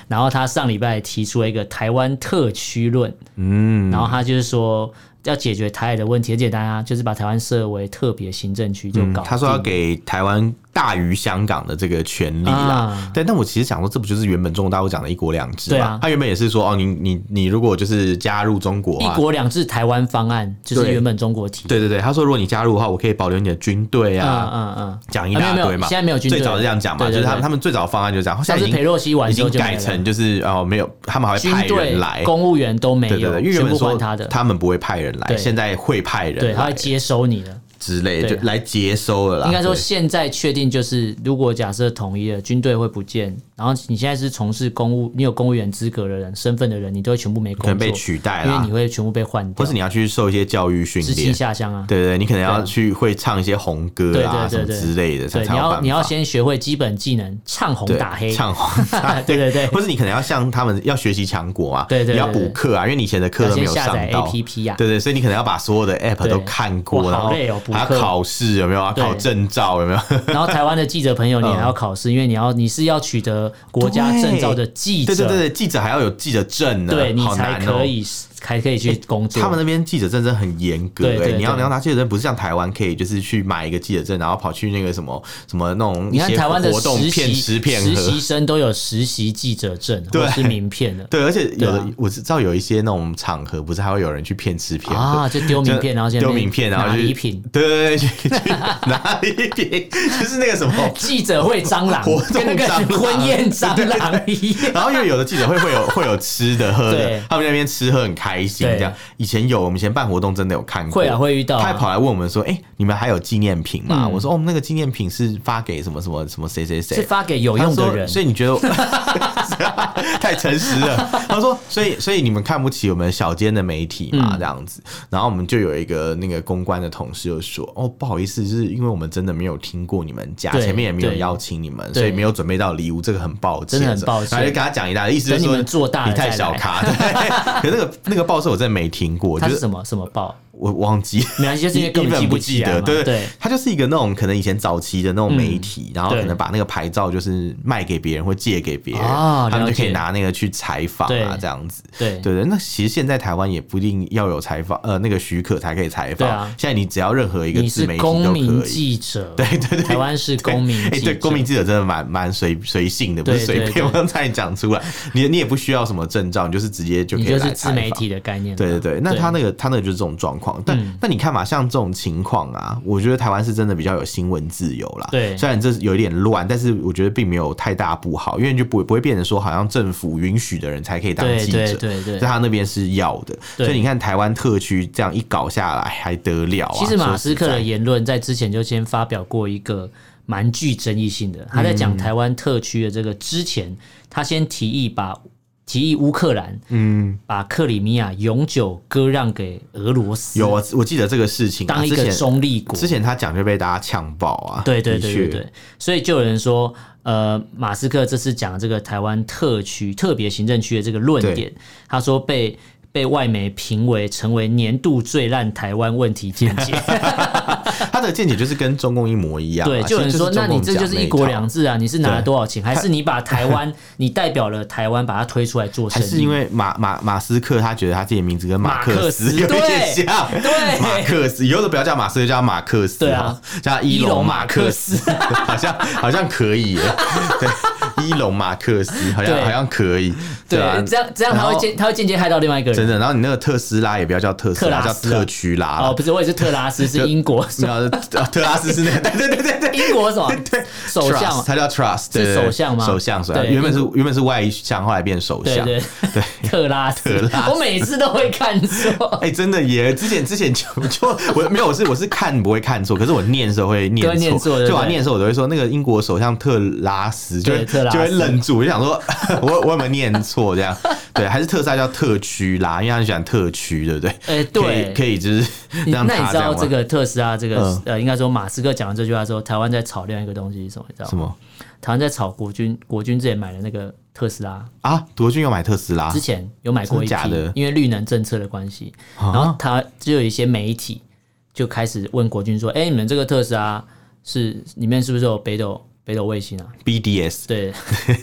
[SPEAKER 2] 然后他上礼拜提出了一个台湾特区论，
[SPEAKER 1] 嗯
[SPEAKER 2] 然后他就是说要解决台海的问题，很简单啊，就是把台湾设为特别行政区就搞定、
[SPEAKER 1] 嗯他说要给台湾大于香港的这个权利啦
[SPEAKER 2] 啊，
[SPEAKER 1] 但但我其实想说，这不就是原本中国大陆讲的一国两制
[SPEAKER 2] 对
[SPEAKER 1] 嘛
[SPEAKER 2] 啊？
[SPEAKER 1] 他原本也是说，哦，你你你如果就是加入中国
[SPEAKER 2] 一
[SPEAKER 1] 啊。
[SPEAKER 2] 国两制台湾方案，就是
[SPEAKER 1] 对
[SPEAKER 2] 原本中国提的。
[SPEAKER 1] 对对对，他说如果你加入的话，我可以保留你的军队
[SPEAKER 2] 嗯
[SPEAKER 1] 啊，
[SPEAKER 2] 嗯嗯，
[SPEAKER 1] 讲一大
[SPEAKER 2] 啊没有
[SPEAKER 1] 堆
[SPEAKER 2] 没有
[SPEAKER 1] 嘛。
[SPEAKER 2] 现在没有军队
[SPEAKER 1] 最早是这样讲嘛，
[SPEAKER 2] 对
[SPEAKER 1] 就
[SPEAKER 2] 对
[SPEAKER 1] 是他
[SPEAKER 2] 对
[SPEAKER 1] 们他们最早的方案就是这样，现
[SPEAKER 2] 上
[SPEAKER 1] 在
[SPEAKER 2] 次
[SPEAKER 1] 已
[SPEAKER 2] 裴
[SPEAKER 1] 经
[SPEAKER 2] 洛西完
[SPEAKER 1] 已
[SPEAKER 2] 之后
[SPEAKER 1] 经
[SPEAKER 2] 就没
[SPEAKER 1] 改
[SPEAKER 2] 了
[SPEAKER 1] 成就是哦没有，他们还会
[SPEAKER 2] 军
[SPEAKER 1] 派人
[SPEAKER 2] 队
[SPEAKER 1] 来、
[SPEAKER 2] 公务员都没
[SPEAKER 1] 对对
[SPEAKER 2] 有，
[SPEAKER 1] 对，因为原
[SPEAKER 2] 全
[SPEAKER 1] 本
[SPEAKER 2] 部
[SPEAKER 1] 说
[SPEAKER 2] 换他的，
[SPEAKER 1] 他们不会派人来，
[SPEAKER 2] 对
[SPEAKER 1] 现在会派人
[SPEAKER 2] 对，他
[SPEAKER 1] 来
[SPEAKER 2] 会接收你的。
[SPEAKER 1] 之类的，
[SPEAKER 2] 对
[SPEAKER 1] 就来接收了啦。
[SPEAKER 2] 应该说
[SPEAKER 1] 对
[SPEAKER 2] 现在确定就是，如果假设统一了，军队会不见，然后你现在是从事公务，你有公务员资格的人、身份的人，你都会全部没
[SPEAKER 1] 可
[SPEAKER 2] 工
[SPEAKER 1] 能
[SPEAKER 2] 作，
[SPEAKER 1] 被取代
[SPEAKER 2] 因为
[SPEAKER 1] 啦
[SPEAKER 2] 你，会全部被换掉，
[SPEAKER 1] 或是你要去受一些教育训
[SPEAKER 2] 直
[SPEAKER 1] 练
[SPEAKER 2] 系。下乡啊。
[SPEAKER 1] 对对，你可能要
[SPEAKER 2] 对啊
[SPEAKER 1] 去会唱一些红歌啊
[SPEAKER 2] 对
[SPEAKER 1] 什么
[SPEAKER 2] 对对对
[SPEAKER 1] 之类的，才
[SPEAKER 2] 对，
[SPEAKER 1] 才
[SPEAKER 2] 你
[SPEAKER 1] 有办
[SPEAKER 2] 要
[SPEAKER 1] 法
[SPEAKER 2] 你要先学会基本技能，唱红
[SPEAKER 1] 对
[SPEAKER 2] 打黑，
[SPEAKER 1] 唱红打
[SPEAKER 2] 对对对
[SPEAKER 1] 或是你可能要像他们要学习强国啊，
[SPEAKER 2] 对对对
[SPEAKER 1] 你要补课啊，因为你以前的课
[SPEAKER 2] 要
[SPEAKER 1] 都没
[SPEAKER 2] 先
[SPEAKER 1] 有
[SPEAKER 2] 下
[SPEAKER 1] 上
[SPEAKER 2] 载
[SPEAKER 1] 到
[SPEAKER 2] APP 啊
[SPEAKER 1] 对对，所以你可能要把所有的 app
[SPEAKER 2] 对
[SPEAKER 1] 都看过，
[SPEAKER 2] 哇
[SPEAKER 1] 然后
[SPEAKER 2] 好累哦补
[SPEAKER 1] 还要
[SPEAKER 2] 课
[SPEAKER 1] 考试有没有？要
[SPEAKER 2] 对
[SPEAKER 1] 考证照有没有？
[SPEAKER 2] 然后台湾的记者朋友，
[SPEAKER 1] 嗯
[SPEAKER 2] 你还要考试，因为你要你是要取得国家证照的记者，
[SPEAKER 1] 对对对，对记者还要有记者证呢，
[SPEAKER 2] 对你
[SPEAKER 1] 好
[SPEAKER 2] 才
[SPEAKER 1] 难哦
[SPEAKER 2] 可以才可以去工作。
[SPEAKER 1] 他们那边记者证真的很严格、欸，
[SPEAKER 2] 对对对
[SPEAKER 1] 你要你要拿记者证，不是像台湾可以就是去买一个记者证，然后跑去那个什么什么那种
[SPEAKER 2] 你看
[SPEAKER 1] 一些
[SPEAKER 2] 台湾的
[SPEAKER 1] 活动
[SPEAKER 2] 实
[SPEAKER 1] 骗
[SPEAKER 2] 习
[SPEAKER 1] 吃骗
[SPEAKER 2] 实
[SPEAKER 1] 喝
[SPEAKER 2] 习。生都有实习记者证或者是名片的
[SPEAKER 1] 对，而且有的、
[SPEAKER 2] 对啊
[SPEAKER 1] 我知道有一些那种场合，不是还会有人去骗吃骗喝，
[SPEAKER 2] 啊，就丢名片，然后现在
[SPEAKER 1] 丢名片，然后
[SPEAKER 2] 拿
[SPEAKER 1] 去
[SPEAKER 2] 礼品，，
[SPEAKER 1] 对对对，去去拿礼品，就是那个什么。
[SPEAKER 2] 记者会蟑螂
[SPEAKER 1] 活，动
[SPEAKER 2] 跟那个
[SPEAKER 1] 蟑螂
[SPEAKER 2] 婚宴蟑螂一样。
[SPEAKER 1] 然后因为有的记者会会有会有吃的喝的
[SPEAKER 2] 对，
[SPEAKER 1] 他们那边吃喝很开心，
[SPEAKER 2] 对
[SPEAKER 1] 这样以前有我们以前办活动真的有看过，
[SPEAKER 2] 会啊，会遇到啊、
[SPEAKER 1] 他还跑来问我们说：“哎、你们还有纪念品吗？”
[SPEAKER 2] 嗯
[SPEAKER 1] 我说：“哦，我们那个纪念品是发给什么什么什么谁谁
[SPEAKER 2] 是
[SPEAKER 1] 谁。”
[SPEAKER 2] 发给有用的人
[SPEAKER 1] 他说，所以你觉得我 太诚实了？他说，所以所以你们看不起我们小间的媒体嘛，
[SPEAKER 2] 嗯
[SPEAKER 1] 这样子。然后我们就有一个那个公关的同事就说：“哦，不好意思，就是因为我们真的没有听过你们家，
[SPEAKER 2] 对
[SPEAKER 1] 前面也没有
[SPEAKER 2] 对
[SPEAKER 1] 邀请你们，
[SPEAKER 2] 对
[SPEAKER 1] 所以没有准备到礼物，这个很抱歉。”
[SPEAKER 2] 真的很抱歉
[SPEAKER 1] 然后就跟他讲一大，意思就是
[SPEAKER 2] 等
[SPEAKER 1] 说
[SPEAKER 2] 你们做大了
[SPEAKER 1] 你太
[SPEAKER 2] 再来
[SPEAKER 1] 小咖。 对可那个那个报社我真的没听过，
[SPEAKER 2] 他
[SPEAKER 1] 就是是
[SPEAKER 2] 什么什么报？
[SPEAKER 1] 我忘记。
[SPEAKER 2] 没关系，就是因为根本
[SPEAKER 1] 本
[SPEAKER 2] 记
[SPEAKER 1] 不
[SPEAKER 2] 起来
[SPEAKER 1] 得，
[SPEAKER 2] 嘛
[SPEAKER 1] 对
[SPEAKER 2] 对，
[SPEAKER 1] 它就是一个那种可能以前早期的那种媒体，然后可
[SPEAKER 2] 对
[SPEAKER 1] 能把那个牌照就是卖给别人或借给别人，
[SPEAKER 2] 啊
[SPEAKER 1] 他们就
[SPEAKER 2] 了
[SPEAKER 1] 可
[SPEAKER 2] 解
[SPEAKER 1] 以拿那个去采访
[SPEAKER 2] 对
[SPEAKER 1] 啊，这样子。
[SPEAKER 2] 对
[SPEAKER 1] 对对，那其实现在台湾也不一定要有采访，呃，那个许可才可以采访。
[SPEAKER 2] 对啊
[SPEAKER 1] 现在你只要任何一个
[SPEAKER 2] 你
[SPEAKER 1] 自
[SPEAKER 2] 是
[SPEAKER 1] 媒体
[SPEAKER 2] 公
[SPEAKER 1] 都
[SPEAKER 2] 民
[SPEAKER 1] 可以。
[SPEAKER 2] 记者， 对对对，台湾是公民
[SPEAKER 1] 哎、
[SPEAKER 2] 记者，
[SPEAKER 1] 对，公民记者真的蛮蛮随随性的，不是
[SPEAKER 2] 对
[SPEAKER 1] 随
[SPEAKER 2] 对
[SPEAKER 1] 便，我
[SPEAKER 2] 对
[SPEAKER 1] 刚才讲出来，你你也不需要什么证照，你就是直接就可
[SPEAKER 2] 你
[SPEAKER 1] 以来
[SPEAKER 2] 就是
[SPEAKER 1] 采
[SPEAKER 2] 自
[SPEAKER 1] 访。
[SPEAKER 2] 媒体的概念嘛，
[SPEAKER 1] 对对对，那他那个他那个就是这种状况，但、
[SPEAKER 2] 嗯
[SPEAKER 1] 但你看嘛，像这种情况啊，我觉得台湾是真的比较有新闻自由啦。
[SPEAKER 2] 对
[SPEAKER 1] 虽然这有一点乱，但是我觉得并没有太大不好，因为就不会不会变成说好像政府允许的人才可以当
[SPEAKER 2] 对
[SPEAKER 1] 记者，
[SPEAKER 2] 对对对
[SPEAKER 1] 在他那边是要的，
[SPEAKER 2] 对
[SPEAKER 1] 所以你看台湾特区这样一搞下来还得了啊？
[SPEAKER 2] 其实马斯克
[SPEAKER 1] 说
[SPEAKER 2] 的
[SPEAKER 1] 实在
[SPEAKER 2] 言论在之前就先发表过一个蛮具争议性的，他在
[SPEAKER 1] 嗯
[SPEAKER 2] 讲台湾特区的这个之前，他先提议把提议乌克兰，嗯，把克里米亚永久割让给俄罗斯，
[SPEAKER 1] 有我啊我记得这个事情、啊，
[SPEAKER 2] 当一
[SPEAKER 1] 之
[SPEAKER 2] 个
[SPEAKER 1] 前
[SPEAKER 2] 中立国
[SPEAKER 1] 之。前他讲就被大家呛爆啊，
[SPEAKER 2] 对对对对
[SPEAKER 1] 的确
[SPEAKER 2] 对，所以就有人说，呃，马斯克这次讲这个台湾特区特别行政区的这个论点，他说被被外媒评为成为年度最烂台湾问题见解。
[SPEAKER 1] 他的见解就是跟中共一模一样啊。
[SPEAKER 2] 对，就有人
[SPEAKER 1] 其实
[SPEAKER 2] 说，
[SPEAKER 1] 是
[SPEAKER 2] 那
[SPEAKER 1] 中
[SPEAKER 2] 你
[SPEAKER 1] 共
[SPEAKER 2] 这
[SPEAKER 1] 讲
[SPEAKER 2] 就是
[SPEAKER 1] 那
[SPEAKER 2] 一国
[SPEAKER 1] 套
[SPEAKER 2] 两制啊！你是拿了
[SPEAKER 1] 对
[SPEAKER 2] 多少钱，还是你把台湾，你代表了台湾，把它推出来做生
[SPEAKER 1] 还
[SPEAKER 2] 意？
[SPEAKER 1] 是因为马马马斯克他觉得他自己的名字跟马
[SPEAKER 2] 马克
[SPEAKER 1] 克
[SPEAKER 2] 思
[SPEAKER 1] 思有一点
[SPEAKER 2] 对
[SPEAKER 1] 像，
[SPEAKER 2] 对
[SPEAKER 1] 马克思以后都不要叫马斯克，叫马克思，
[SPEAKER 2] 对啊，
[SPEAKER 1] 叫伊
[SPEAKER 2] 伊隆
[SPEAKER 1] 隆
[SPEAKER 2] 马
[SPEAKER 1] 马
[SPEAKER 2] 克
[SPEAKER 1] 克
[SPEAKER 2] 思
[SPEAKER 1] 思，好像好像可以耶， 对，伊隆马克思好像
[SPEAKER 2] 对
[SPEAKER 1] 好像可以，
[SPEAKER 2] 对
[SPEAKER 1] 啊，，
[SPEAKER 2] 这样这样他
[SPEAKER 1] 然
[SPEAKER 2] 会
[SPEAKER 1] 后
[SPEAKER 2] 间他会间接害到另外一个
[SPEAKER 1] 真
[SPEAKER 2] 人。
[SPEAKER 1] 的。然后你那个特斯拉也不要叫特斯
[SPEAKER 2] 特拉
[SPEAKER 1] 拉，
[SPEAKER 2] 斯
[SPEAKER 1] 叫
[SPEAKER 2] 啊
[SPEAKER 1] 特区拉
[SPEAKER 2] 哦，
[SPEAKER 1] 啦，
[SPEAKER 2] 不是，我也是特拉斯，是英 国
[SPEAKER 1] 没有啊特特拉斯是那个，对对对对对。
[SPEAKER 2] 英国什么首相
[SPEAKER 1] Trust，他叫 Trust，对对
[SPEAKER 2] 首相吗
[SPEAKER 1] 首相，首相
[SPEAKER 2] 对
[SPEAKER 1] 原本是原本是外相，后来变首
[SPEAKER 2] 对
[SPEAKER 1] 相。
[SPEAKER 2] 对
[SPEAKER 1] 对
[SPEAKER 2] 特拉斯
[SPEAKER 1] 特拉，斯
[SPEAKER 2] 我每次都会看错。
[SPEAKER 1] 哎、真的耶！之前之前就就我没有，我是我是看不会看错，可是我念的时候会念
[SPEAKER 2] 都会
[SPEAKER 1] 错，
[SPEAKER 2] 念错对不对
[SPEAKER 1] 就我念的时候我都会说那个英国首相特拉斯，就
[SPEAKER 2] 对
[SPEAKER 1] 会
[SPEAKER 2] 特拉斯
[SPEAKER 1] 就会愣住，我就想说我我有没有念错这样？对，还是特斯拉叫特区啦，因为他很喜欢特区，对不对？
[SPEAKER 2] 哎 对
[SPEAKER 1] 可以可以就是
[SPEAKER 2] 你
[SPEAKER 1] 让
[SPEAKER 2] 那你
[SPEAKER 1] 他
[SPEAKER 2] 知
[SPEAKER 1] 这样
[SPEAKER 2] 道
[SPEAKER 1] 玩
[SPEAKER 2] 这个特斯拉这个
[SPEAKER 1] 嗯
[SPEAKER 2] 呃，应该说马斯克讲了这句话之后，台湾在炒另外一个东西是什么？你知道
[SPEAKER 1] 什
[SPEAKER 2] 吗？
[SPEAKER 1] 么
[SPEAKER 2] 台湾在炒国军，国军之前买的那个特斯拉，
[SPEAKER 1] 啊？国军要买特斯拉
[SPEAKER 2] 之，前有买过一批，
[SPEAKER 1] 真的假的啊
[SPEAKER 2] 因为绿能政策的关系，然后他就有一些媒体就开始问国军说：“哎、你们这个特斯拉是里面是不是有北斗北斗卫星啊？
[SPEAKER 1] BDS
[SPEAKER 2] 对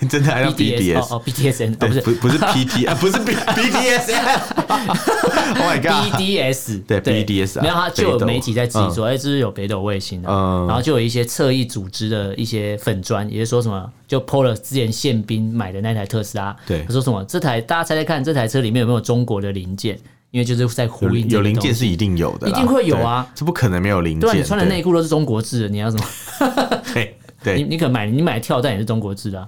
[SPEAKER 1] 真 的还叫
[SPEAKER 2] ，BTS 哦
[SPEAKER 1] BDS。
[SPEAKER 2] 哦，BTSN 哦
[SPEAKER 1] 对
[SPEAKER 2] 不是
[SPEAKER 1] 不不是 PT 啊，不是 B BDS。Oh my god！
[SPEAKER 2] BDS
[SPEAKER 1] 对 BDS 啊
[SPEAKER 2] 然后他就有
[SPEAKER 1] 北斗
[SPEAKER 2] 媒体在质疑说：“哎、这是有北斗卫星的、啊
[SPEAKER 1] 嗯
[SPEAKER 2] 然后就有一些侧翼组织的一些粉砖，也是说什么就 PO 了之前宪兵买的那台特斯拉，
[SPEAKER 1] 对
[SPEAKER 2] 他说什么这台大家猜猜看，这台车里面有没有中国的零件？因为就是在呼
[SPEAKER 1] 有
[SPEAKER 2] 应
[SPEAKER 1] 零
[SPEAKER 2] 这
[SPEAKER 1] 有
[SPEAKER 2] 个
[SPEAKER 1] 零
[SPEAKER 2] 东西
[SPEAKER 1] 件是一定有的啦，
[SPEAKER 2] 一定会有啊
[SPEAKER 1] 对，这不可能没有零
[SPEAKER 2] 对啊，
[SPEAKER 1] 件。
[SPEAKER 2] 你穿的
[SPEAKER 1] 对
[SPEAKER 2] 内裤都是中国制的，你要什么？
[SPEAKER 1] 对
[SPEAKER 2] 你
[SPEAKER 1] 对，
[SPEAKER 2] 你可买你买跳蛋也是中国 制的啊、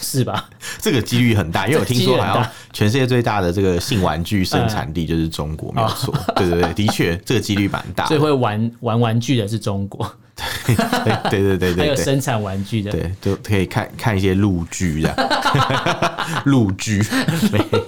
[SPEAKER 2] 是吧？
[SPEAKER 1] 这个几率很 大，因为我听说好
[SPEAKER 2] 这个几率很
[SPEAKER 1] 像
[SPEAKER 2] 大
[SPEAKER 1] 全世界最大的这个性玩具生产地就是中国，没有错。
[SPEAKER 2] 嗯
[SPEAKER 1] 对对对，的确这个几率蛮大
[SPEAKER 2] 最
[SPEAKER 1] 的。
[SPEAKER 2] 会玩玩玩具的是中国，
[SPEAKER 1] 对 对对
[SPEAKER 2] 还
[SPEAKER 1] 对
[SPEAKER 2] 有
[SPEAKER 1] 对
[SPEAKER 2] 生产玩具的。
[SPEAKER 1] 对，都可以看看一些陆剧这样， 陆 剧没有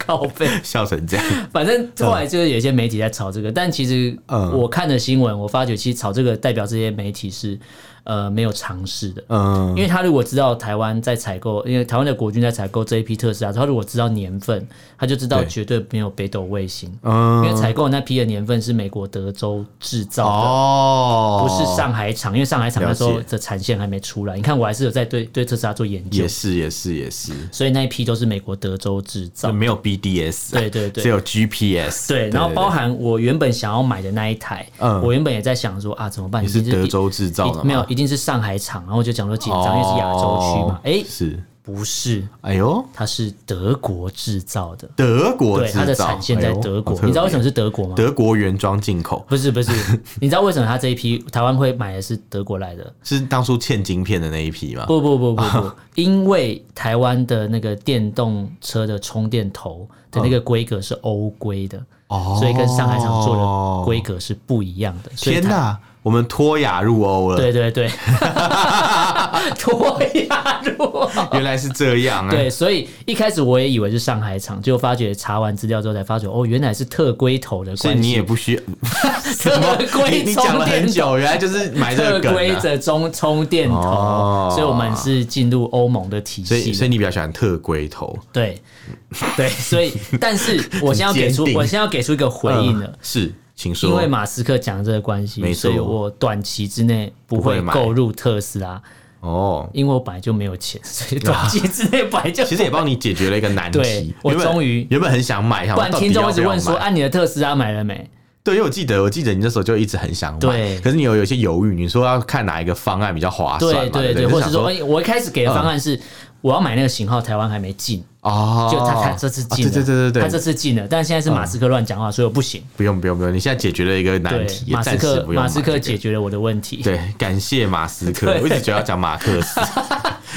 [SPEAKER 2] 靠背，
[SPEAKER 1] 笑成这样。
[SPEAKER 2] 反正后来就是有一些媒体在炒这个，但其实
[SPEAKER 1] 嗯
[SPEAKER 2] 我看的新闻，我发觉其实炒这个代表这些媒体是呃没有尝试的。
[SPEAKER 1] 嗯，
[SPEAKER 2] 因为他如果知道台湾在采购，因为台湾的国军在采购这一批特斯拉，他如果知道年份，他就知道
[SPEAKER 1] 对
[SPEAKER 2] 绝对没有北斗卫星，因
[SPEAKER 1] 嗯
[SPEAKER 2] 为采购那批的年份是美国德州制造的，
[SPEAKER 1] 哦，
[SPEAKER 2] 不是上海厂，因为上海厂那时候
[SPEAKER 1] 了解
[SPEAKER 2] 的产线还没出来。你看，我还是有在对对特斯拉做研究
[SPEAKER 1] 也，是也是也是，
[SPEAKER 2] 所以那一批都是美国德州制造。
[SPEAKER 1] 没有 BDS，
[SPEAKER 2] 对对
[SPEAKER 1] 啊
[SPEAKER 2] 对
[SPEAKER 1] 只有 GPS。
[SPEAKER 2] 对，然后
[SPEAKER 1] 对
[SPEAKER 2] 包含我原本想要买的那一台，
[SPEAKER 1] 嗯
[SPEAKER 2] 我原本也在想说啊，怎么办？
[SPEAKER 1] 你是
[SPEAKER 2] 一定
[SPEAKER 1] 德州制造的吗
[SPEAKER 2] 一没有，一定是上海厂。然后我就讲说紧张，因为是亚洲区嘛
[SPEAKER 1] 哦。
[SPEAKER 2] 哎，
[SPEAKER 1] 是，
[SPEAKER 2] 不是，
[SPEAKER 1] 哎呦，
[SPEAKER 2] 它是德国制造的，
[SPEAKER 1] 德国
[SPEAKER 2] 对，
[SPEAKER 1] 制造，哎
[SPEAKER 2] 它的产线在德国。你知道为什么
[SPEAKER 1] 是
[SPEAKER 2] 是德国吗？
[SPEAKER 1] 德国原装进口？
[SPEAKER 2] 不是不是，你知道为什么它这一批台湾会买的是德国来的？
[SPEAKER 1] 是当初欠晶片的那一批吗？
[SPEAKER 2] 不不不不
[SPEAKER 1] 啊
[SPEAKER 2] 不，因为台湾的那个电动车的充电头的那个规格
[SPEAKER 1] 嗯
[SPEAKER 2] 是欧规的，
[SPEAKER 1] 哦
[SPEAKER 2] 所以跟上海厂做的规格是不一样的。所以
[SPEAKER 1] 天
[SPEAKER 2] 它！
[SPEAKER 1] 哪，我们脱亚入欧了，
[SPEAKER 2] 对 对对，脱亚入。
[SPEAKER 1] 原来是这样啊！
[SPEAKER 2] 对，所以一开始我也以为是上海厂，结果发觉查完资料之后才发觉，哦，原来是特规头的
[SPEAKER 1] 所以
[SPEAKER 2] 关
[SPEAKER 1] 你也
[SPEAKER 2] 系。
[SPEAKER 1] 不需要，
[SPEAKER 2] 特
[SPEAKER 1] 你
[SPEAKER 2] 规
[SPEAKER 1] 你讲
[SPEAKER 2] 充
[SPEAKER 1] 了很
[SPEAKER 2] 电头，
[SPEAKER 1] 久，原来就是埋这
[SPEAKER 2] 特
[SPEAKER 1] 个梗
[SPEAKER 2] 规
[SPEAKER 1] 啊。
[SPEAKER 2] 的中充电头，
[SPEAKER 1] 哦
[SPEAKER 2] 所以我们是进入欧盟的体系
[SPEAKER 1] 所
[SPEAKER 2] 了。
[SPEAKER 1] 以，所以你比较喜欢特龟头，
[SPEAKER 2] 对，对，所以，但是我现在要给出
[SPEAKER 1] 很坚，定
[SPEAKER 2] 我现在要给出一个回应了
[SPEAKER 1] 嗯。是，请说。
[SPEAKER 2] 因为马斯克讲这个关系，
[SPEAKER 1] 没
[SPEAKER 2] 所以
[SPEAKER 1] 错
[SPEAKER 2] 我短期之内不会
[SPEAKER 1] 不会买
[SPEAKER 2] 购入特斯拉，
[SPEAKER 1] 哦，
[SPEAKER 2] 因为我本来就没有钱， 所以短期之内本来就
[SPEAKER 1] 其实也帮你解决了一个难
[SPEAKER 2] 对
[SPEAKER 1] 题。
[SPEAKER 2] 我
[SPEAKER 1] 原本
[SPEAKER 2] 终于
[SPEAKER 1] 原本很想买，想
[SPEAKER 2] 不
[SPEAKER 1] 说
[SPEAKER 2] 然
[SPEAKER 1] 到底
[SPEAKER 2] 听众
[SPEAKER 1] 要
[SPEAKER 2] 一直
[SPEAKER 1] 不要
[SPEAKER 2] 问说：“
[SPEAKER 1] 买
[SPEAKER 2] 啊，你的特斯拉买了没
[SPEAKER 1] 对，因为我记得，我记得你那时候就一直很想买，
[SPEAKER 2] 对
[SPEAKER 1] 可是你有有一些犹豫，你说要看哪一个方案比较划？”啊算嘛
[SPEAKER 2] 对，对
[SPEAKER 1] 对
[SPEAKER 2] 对，
[SPEAKER 1] 不
[SPEAKER 2] 或
[SPEAKER 1] 就是想嗯
[SPEAKER 2] 说，哎我一开始给的方案是我要买那个型号，台湾还没进，
[SPEAKER 1] 哦，
[SPEAKER 2] 就他他这次进
[SPEAKER 1] 啊
[SPEAKER 2] 了，
[SPEAKER 1] 对对对对
[SPEAKER 2] 他这
[SPEAKER 1] 对，
[SPEAKER 2] 次进了，但现在是马斯克乱讲话，所以我不行。
[SPEAKER 1] 不用不用不用，你现在解决了一个难
[SPEAKER 2] 对，
[SPEAKER 1] 题，
[SPEAKER 2] 马斯
[SPEAKER 1] 暂时
[SPEAKER 2] 克
[SPEAKER 1] 不用
[SPEAKER 2] 马斯
[SPEAKER 1] 买
[SPEAKER 2] 克
[SPEAKER 1] 这个
[SPEAKER 2] 解决了我的问题。
[SPEAKER 1] 对，感谢马斯克，
[SPEAKER 2] 对
[SPEAKER 1] 我一直觉得要讲马克 思，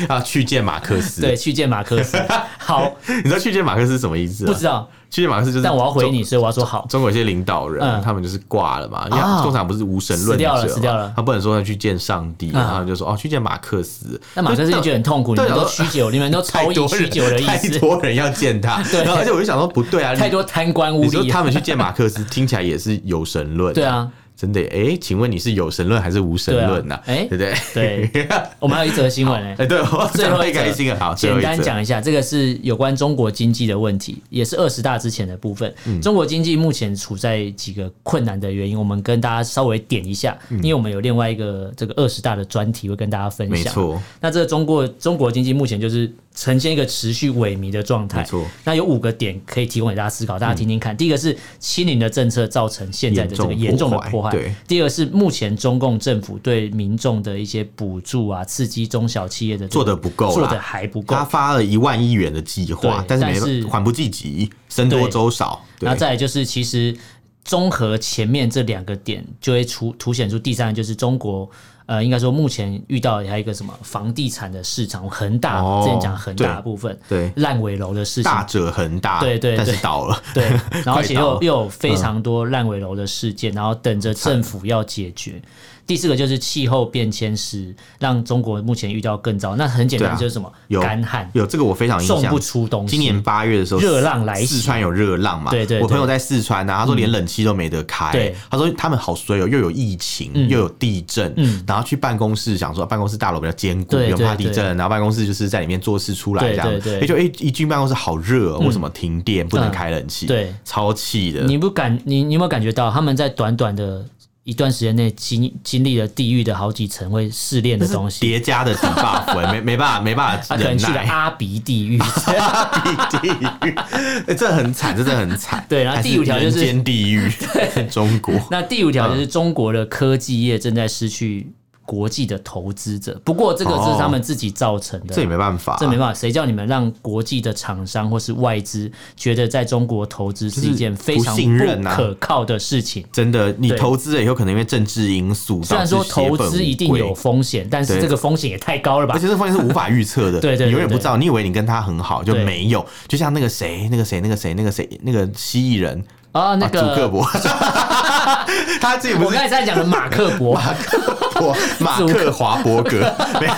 [SPEAKER 1] 啊，去见马克思，
[SPEAKER 2] 对，，去见马克 思。好，
[SPEAKER 1] 你知道去见马克思是什么意思？
[SPEAKER 2] 不知，道，
[SPEAKER 1] 去见马克思就是，
[SPEAKER 2] 但我要回你，。所以我要说好。
[SPEAKER 1] 中国有些领导人，
[SPEAKER 2] 嗯
[SPEAKER 1] 他们就是挂了嘛，因为
[SPEAKER 2] 啊
[SPEAKER 1] 通常不是无神论者嘛，
[SPEAKER 2] 死掉了死掉了
[SPEAKER 1] 他不能说他去见上帝，
[SPEAKER 2] 嗯
[SPEAKER 1] 然后他就说哦去见马克思，
[SPEAKER 2] 那马克思就觉得很痛苦，你
[SPEAKER 1] 对
[SPEAKER 2] 们都
[SPEAKER 1] 对
[SPEAKER 2] 曲解我，你们都
[SPEAKER 1] 太
[SPEAKER 2] 超意
[SPEAKER 1] 多
[SPEAKER 2] 曲
[SPEAKER 1] 人
[SPEAKER 2] 解我的意
[SPEAKER 1] 太
[SPEAKER 2] 思，
[SPEAKER 1] 多人要见他， 然后而且我就想说不对啊，
[SPEAKER 2] 太
[SPEAKER 1] 你
[SPEAKER 2] 多贪官污
[SPEAKER 1] 你说
[SPEAKER 2] 吏。
[SPEAKER 1] 他们去见马克思，听起来也是有神论，
[SPEAKER 2] 对啊，
[SPEAKER 1] 真的耶，哎、请问你是有神论还是无神论呐、
[SPEAKER 2] 对啊哎
[SPEAKER 1] 对不对？
[SPEAKER 2] 对我们还有一则新闻呢、
[SPEAKER 1] 哎，对，我
[SPEAKER 2] 最后
[SPEAKER 1] 太
[SPEAKER 2] 一则
[SPEAKER 1] 开心了。好，最后一
[SPEAKER 2] 简单
[SPEAKER 1] 则，
[SPEAKER 2] 讲一下，这个是有关中国经济的问题，也是二十大之前的部分。
[SPEAKER 1] 嗯
[SPEAKER 2] 中国经济目前处在几个困难的原因，我们跟大家稍微点一下，
[SPEAKER 1] 嗯
[SPEAKER 2] 因为我们有另外一个这个二十大的专题会跟大家分
[SPEAKER 1] 没
[SPEAKER 2] 享。
[SPEAKER 1] 错，
[SPEAKER 2] 那这个中国中国经济目前就是呈现一个持续萎靡的状态。
[SPEAKER 1] 没错嗯
[SPEAKER 2] 那有五个点可以提供给大家思考，大家听听看。第一个是清零的政策造成现在的这个严
[SPEAKER 1] 严
[SPEAKER 2] 重
[SPEAKER 1] 重
[SPEAKER 2] 的
[SPEAKER 1] 破坏
[SPEAKER 2] 破坏。
[SPEAKER 1] 对。
[SPEAKER 2] 第二个是目前中共政府对民众的一些补助啊，刺激中小企业的这个
[SPEAKER 1] 做得不够啦
[SPEAKER 2] 做的还不够
[SPEAKER 1] 他。发了一万亿元的计划
[SPEAKER 2] 对，
[SPEAKER 1] 但是
[SPEAKER 2] 但是
[SPEAKER 1] 没还不济急，僧多
[SPEAKER 2] 对
[SPEAKER 1] 粥少。对
[SPEAKER 2] 那，再来就是其实。综合前面这两个点，就会出凸显出第三个就是中国，呃，应该说目前遇到的还有一个什么房地产的市场恒大，
[SPEAKER 1] 哦
[SPEAKER 2] 之前讲恒大的
[SPEAKER 1] 对
[SPEAKER 2] 部分，
[SPEAKER 1] 对
[SPEAKER 2] 烂尾楼的事情，
[SPEAKER 1] 大者恒大，
[SPEAKER 2] 对对
[SPEAKER 1] 但是
[SPEAKER 2] 对
[SPEAKER 1] 倒了。
[SPEAKER 2] 对，然后而且
[SPEAKER 1] 快
[SPEAKER 2] 又
[SPEAKER 1] 到嗯
[SPEAKER 2] 又有非常多烂尾楼的事件，然后等着政府要解决。第四个就是气候变迁时，让中国目前遇到更糟。那很简单，
[SPEAKER 1] 对啊
[SPEAKER 2] 就是什么
[SPEAKER 1] 有
[SPEAKER 2] 干旱，
[SPEAKER 1] 有这个我非常印
[SPEAKER 2] 种
[SPEAKER 1] 象
[SPEAKER 2] 不。出东西。
[SPEAKER 1] 今年八月的时候，
[SPEAKER 2] 热浪来袭
[SPEAKER 1] 四川有热浪嘛？
[SPEAKER 2] 对对对嗯
[SPEAKER 1] 我朋友在四川啊，他说连冷气都没得开。
[SPEAKER 2] 对嗯
[SPEAKER 1] 他说他们好衰哦，又有疫情，又有地震，然后去办公室想说办公室大楼比较坚固，
[SPEAKER 2] 对
[SPEAKER 1] 又怕
[SPEAKER 2] 对
[SPEAKER 1] 地震，然后办公室就是在里面做事出来
[SPEAKER 2] 对
[SPEAKER 1] 这样
[SPEAKER 2] 对，对
[SPEAKER 1] 哎就哎一进办公室好热哦，为什么停电不能
[SPEAKER 2] 嗯
[SPEAKER 1] 开冷气？
[SPEAKER 2] 对，
[SPEAKER 1] 超气的。
[SPEAKER 2] 你不感你你有没有感觉到他们在短短的一段时间内经经历了地狱的好几层会试炼的 东西？
[SPEAKER 1] 叠加的 debuff，欸没没办法，没办
[SPEAKER 2] 他
[SPEAKER 1] 法
[SPEAKER 2] 啊可能
[SPEAKER 1] 忍
[SPEAKER 2] 去了
[SPEAKER 1] 耐。
[SPEAKER 2] 阿鼻地 狱。
[SPEAKER 1] 地狱，欸这很惨，这真的很惨。
[SPEAKER 2] 对然后第五条就是
[SPEAKER 1] 还人间地 狱，中国。
[SPEAKER 2] 那第五条就是中国的科技业正在失去国际的投资者，不过这个是他们自己造成的啦。
[SPEAKER 1] 这也没办法、啊
[SPEAKER 2] 这没办法，谁叫你们让国际的厂商或是外资觉得在中国投资是一件非常
[SPEAKER 1] 就是不信任
[SPEAKER 2] 不
[SPEAKER 1] 啊
[SPEAKER 2] 可靠的事情？
[SPEAKER 1] 真的，你
[SPEAKER 2] 对
[SPEAKER 1] 投资了以后，可能因为政治因素，
[SPEAKER 2] 虽然说
[SPEAKER 1] 导致血
[SPEAKER 2] 投
[SPEAKER 1] 本
[SPEAKER 2] 资一定
[SPEAKER 1] 无归
[SPEAKER 2] 有，风险，但是
[SPEAKER 1] 啊对
[SPEAKER 2] 这个风险也太高了吧
[SPEAKER 1] 而？且这风险是无法预测的，
[SPEAKER 2] 对对对
[SPEAKER 1] 你永远
[SPEAKER 2] 对
[SPEAKER 1] 不知道，你以为你跟他很好就
[SPEAKER 2] 对
[SPEAKER 1] 没有，就像那个谁，那个谁，那个谁，那个谁，那个蜥蜴人，
[SPEAKER 2] 啊，那
[SPEAKER 1] 啊，祖克
[SPEAKER 2] 个 哎
[SPEAKER 1] 伯，他自己
[SPEAKER 2] 我
[SPEAKER 1] 不
[SPEAKER 2] 刚
[SPEAKER 1] 是
[SPEAKER 2] 才在讲的马克 伯，
[SPEAKER 1] 伯马克华伯格， 没有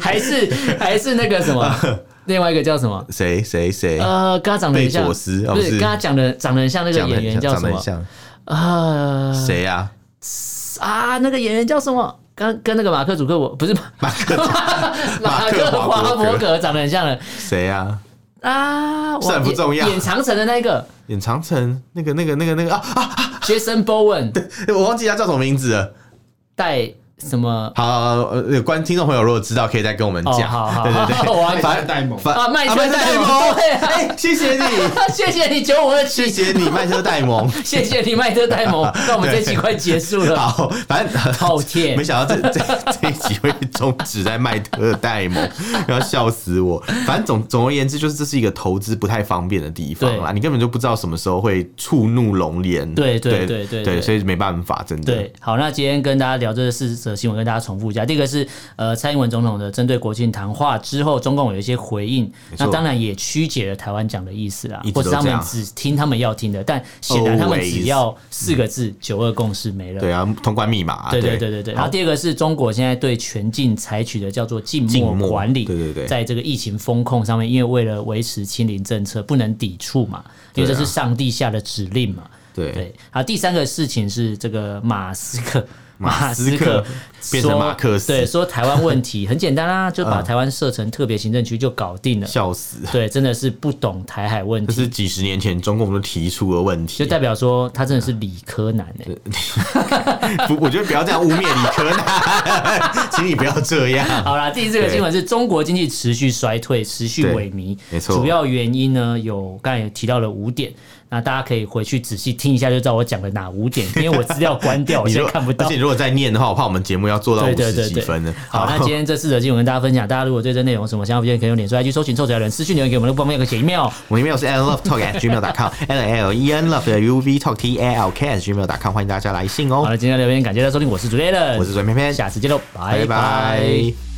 [SPEAKER 2] 还是还是那个什么， 另外一个叫什么？
[SPEAKER 1] 谁谁谁
[SPEAKER 2] 呃，跟他长得很像，
[SPEAKER 1] 贝佐斯啊
[SPEAKER 2] 不
[SPEAKER 1] 不
[SPEAKER 2] 是
[SPEAKER 1] 是
[SPEAKER 2] 跟他长得长得很像那个
[SPEAKER 1] 讲的
[SPEAKER 2] 演员
[SPEAKER 1] 很像，
[SPEAKER 2] 叫
[SPEAKER 1] 长
[SPEAKER 2] 什
[SPEAKER 1] 得
[SPEAKER 2] 么
[SPEAKER 1] 很？像
[SPEAKER 2] 啊
[SPEAKER 1] 谁呀？
[SPEAKER 2] 啊，那个演员叫什么？跟跟那个马克·祖克伯 不是马
[SPEAKER 1] 啊马克
[SPEAKER 2] 马
[SPEAKER 1] 马
[SPEAKER 2] 克
[SPEAKER 1] 克
[SPEAKER 2] 华
[SPEAKER 1] 华伯格
[SPEAKER 2] 伯格长得很像的
[SPEAKER 1] 谁呀？
[SPEAKER 2] 啊，
[SPEAKER 1] 这很不
[SPEAKER 2] 哇
[SPEAKER 1] 重要
[SPEAKER 2] 演演长城的那个
[SPEAKER 1] 演长城那个那个那个那个啊啊！
[SPEAKER 2] Jason Bowen
[SPEAKER 1] 我忘记他叫什么名字了。
[SPEAKER 2] 带什么？
[SPEAKER 1] 好，呃，观听众朋友如果知道，可以再跟我们
[SPEAKER 2] 哦
[SPEAKER 1] 讲。
[SPEAKER 2] 好好
[SPEAKER 1] 对对对，
[SPEAKER 2] 我还
[SPEAKER 1] 反
[SPEAKER 3] 戴蒙
[SPEAKER 1] 反
[SPEAKER 2] 啊麦车
[SPEAKER 1] 麦车
[SPEAKER 2] 戴
[SPEAKER 1] 戴
[SPEAKER 2] 蒙
[SPEAKER 1] 蒙，
[SPEAKER 2] 对啊
[SPEAKER 1] 哎，谢谢你，
[SPEAKER 2] 谢谢你九五二七
[SPEAKER 1] 谢，谢你，麦车戴 蒙。
[SPEAKER 2] 谢谢你麦特 戴蒙。那我们这期快结束了，
[SPEAKER 1] 好，反正
[SPEAKER 2] 饕 餮
[SPEAKER 1] 没想到这这这一集会终止在麦特戴 蒙，要笑死我。反正总总而言之，就是这是一个投资不太方便的地方啦，
[SPEAKER 2] 对
[SPEAKER 1] 你根本就不知道什么时候会触怒龙颜。
[SPEAKER 2] 对
[SPEAKER 1] 对
[SPEAKER 2] 对对对对
[SPEAKER 1] 对，所以没办法，真的。
[SPEAKER 2] 对，好，那今天跟大家聊这四则新闻，跟大家重复一下。第一个是呃，蔡英文总统的针对国庆谈话之后，中共有一些回应，那
[SPEAKER 1] 错
[SPEAKER 2] 当然也曲解了台湾讲的意思啦
[SPEAKER 1] 一，直
[SPEAKER 2] 或是
[SPEAKER 1] 都
[SPEAKER 2] 他
[SPEAKER 1] 这
[SPEAKER 2] 们
[SPEAKER 1] 样
[SPEAKER 2] 只听他们要听的，但显然他们
[SPEAKER 1] Always
[SPEAKER 2] 只要四个字“九二共识”没了。
[SPEAKER 1] 对啊，通关密码啊、
[SPEAKER 2] 对对对对对，然后第二个是中国现在对全境采取的叫做静
[SPEAKER 1] 静
[SPEAKER 2] 默
[SPEAKER 1] 默
[SPEAKER 2] 管理，
[SPEAKER 1] 对对对
[SPEAKER 2] 在这个疫情风控上面，因为为了维持清零政策，不能抵触嘛，因为这
[SPEAKER 1] 对啊
[SPEAKER 2] 是上帝下的指令嘛。
[SPEAKER 1] 对
[SPEAKER 2] 对，好，第三个事情是这个马斯克。
[SPEAKER 1] 马斯克变成
[SPEAKER 2] 说
[SPEAKER 1] 马克思
[SPEAKER 2] 对，说台湾问题很简单啦、就把台湾设成特别行政区就搞定了。
[SPEAKER 1] 笑死，
[SPEAKER 2] 对，真的是不懂台海问
[SPEAKER 1] 这
[SPEAKER 2] 题，
[SPEAKER 1] 是几十年前中共就提出的问
[SPEAKER 2] 就
[SPEAKER 1] 题。
[SPEAKER 2] 代表说他真的是理科男哎、
[SPEAKER 1] 不，我觉得不要这样污蔑理科 男，请你不要这样。
[SPEAKER 2] 好啦，第四个新闻是中国经济持续衰退、持续萎靡，
[SPEAKER 1] 没错
[SPEAKER 2] 主要原因呢有刚才也提到了五点，那大家可以回去仔细听一下，就知道我讲的哪五点，因为我资料关掉，我
[SPEAKER 1] 你
[SPEAKER 2] 现
[SPEAKER 1] 如
[SPEAKER 2] 在
[SPEAKER 1] 果
[SPEAKER 2] 看不
[SPEAKER 1] 而
[SPEAKER 2] 到
[SPEAKER 1] 且。如果再念的话，我怕我们节目要做到
[SPEAKER 2] 对
[SPEAKER 1] 五
[SPEAKER 2] 对
[SPEAKER 1] 十
[SPEAKER 2] 对
[SPEAKER 1] 几
[SPEAKER 2] 对，
[SPEAKER 1] 分呢。
[SPEAKER 2] 好，那今天这四则新闻跟大家分享。大家如果对这内容有什么想法，建议可以用脸书来去搜寻“臭嘴的人”，私讯留言给我们，都不方便可以写 email。
[SPEAKER 1] 我们 email 是 allenlovetalk at gmail.com，l l e n love u v talk t a l k at gmail.com，欢迎大家来信
[SPEAKER 2] 好
[SPEAKER 1] 哦。
[SPEAKER 2] 了，今天的留言感谢大家收听，我是主持人，
[SPEAKER 1] 我是水偏偏，
[SPEAKER 2] 下次见喽，
[SPEAKER 1] 拜
[SPEAKER 2] 拜
[SPEAKER 1] 拜。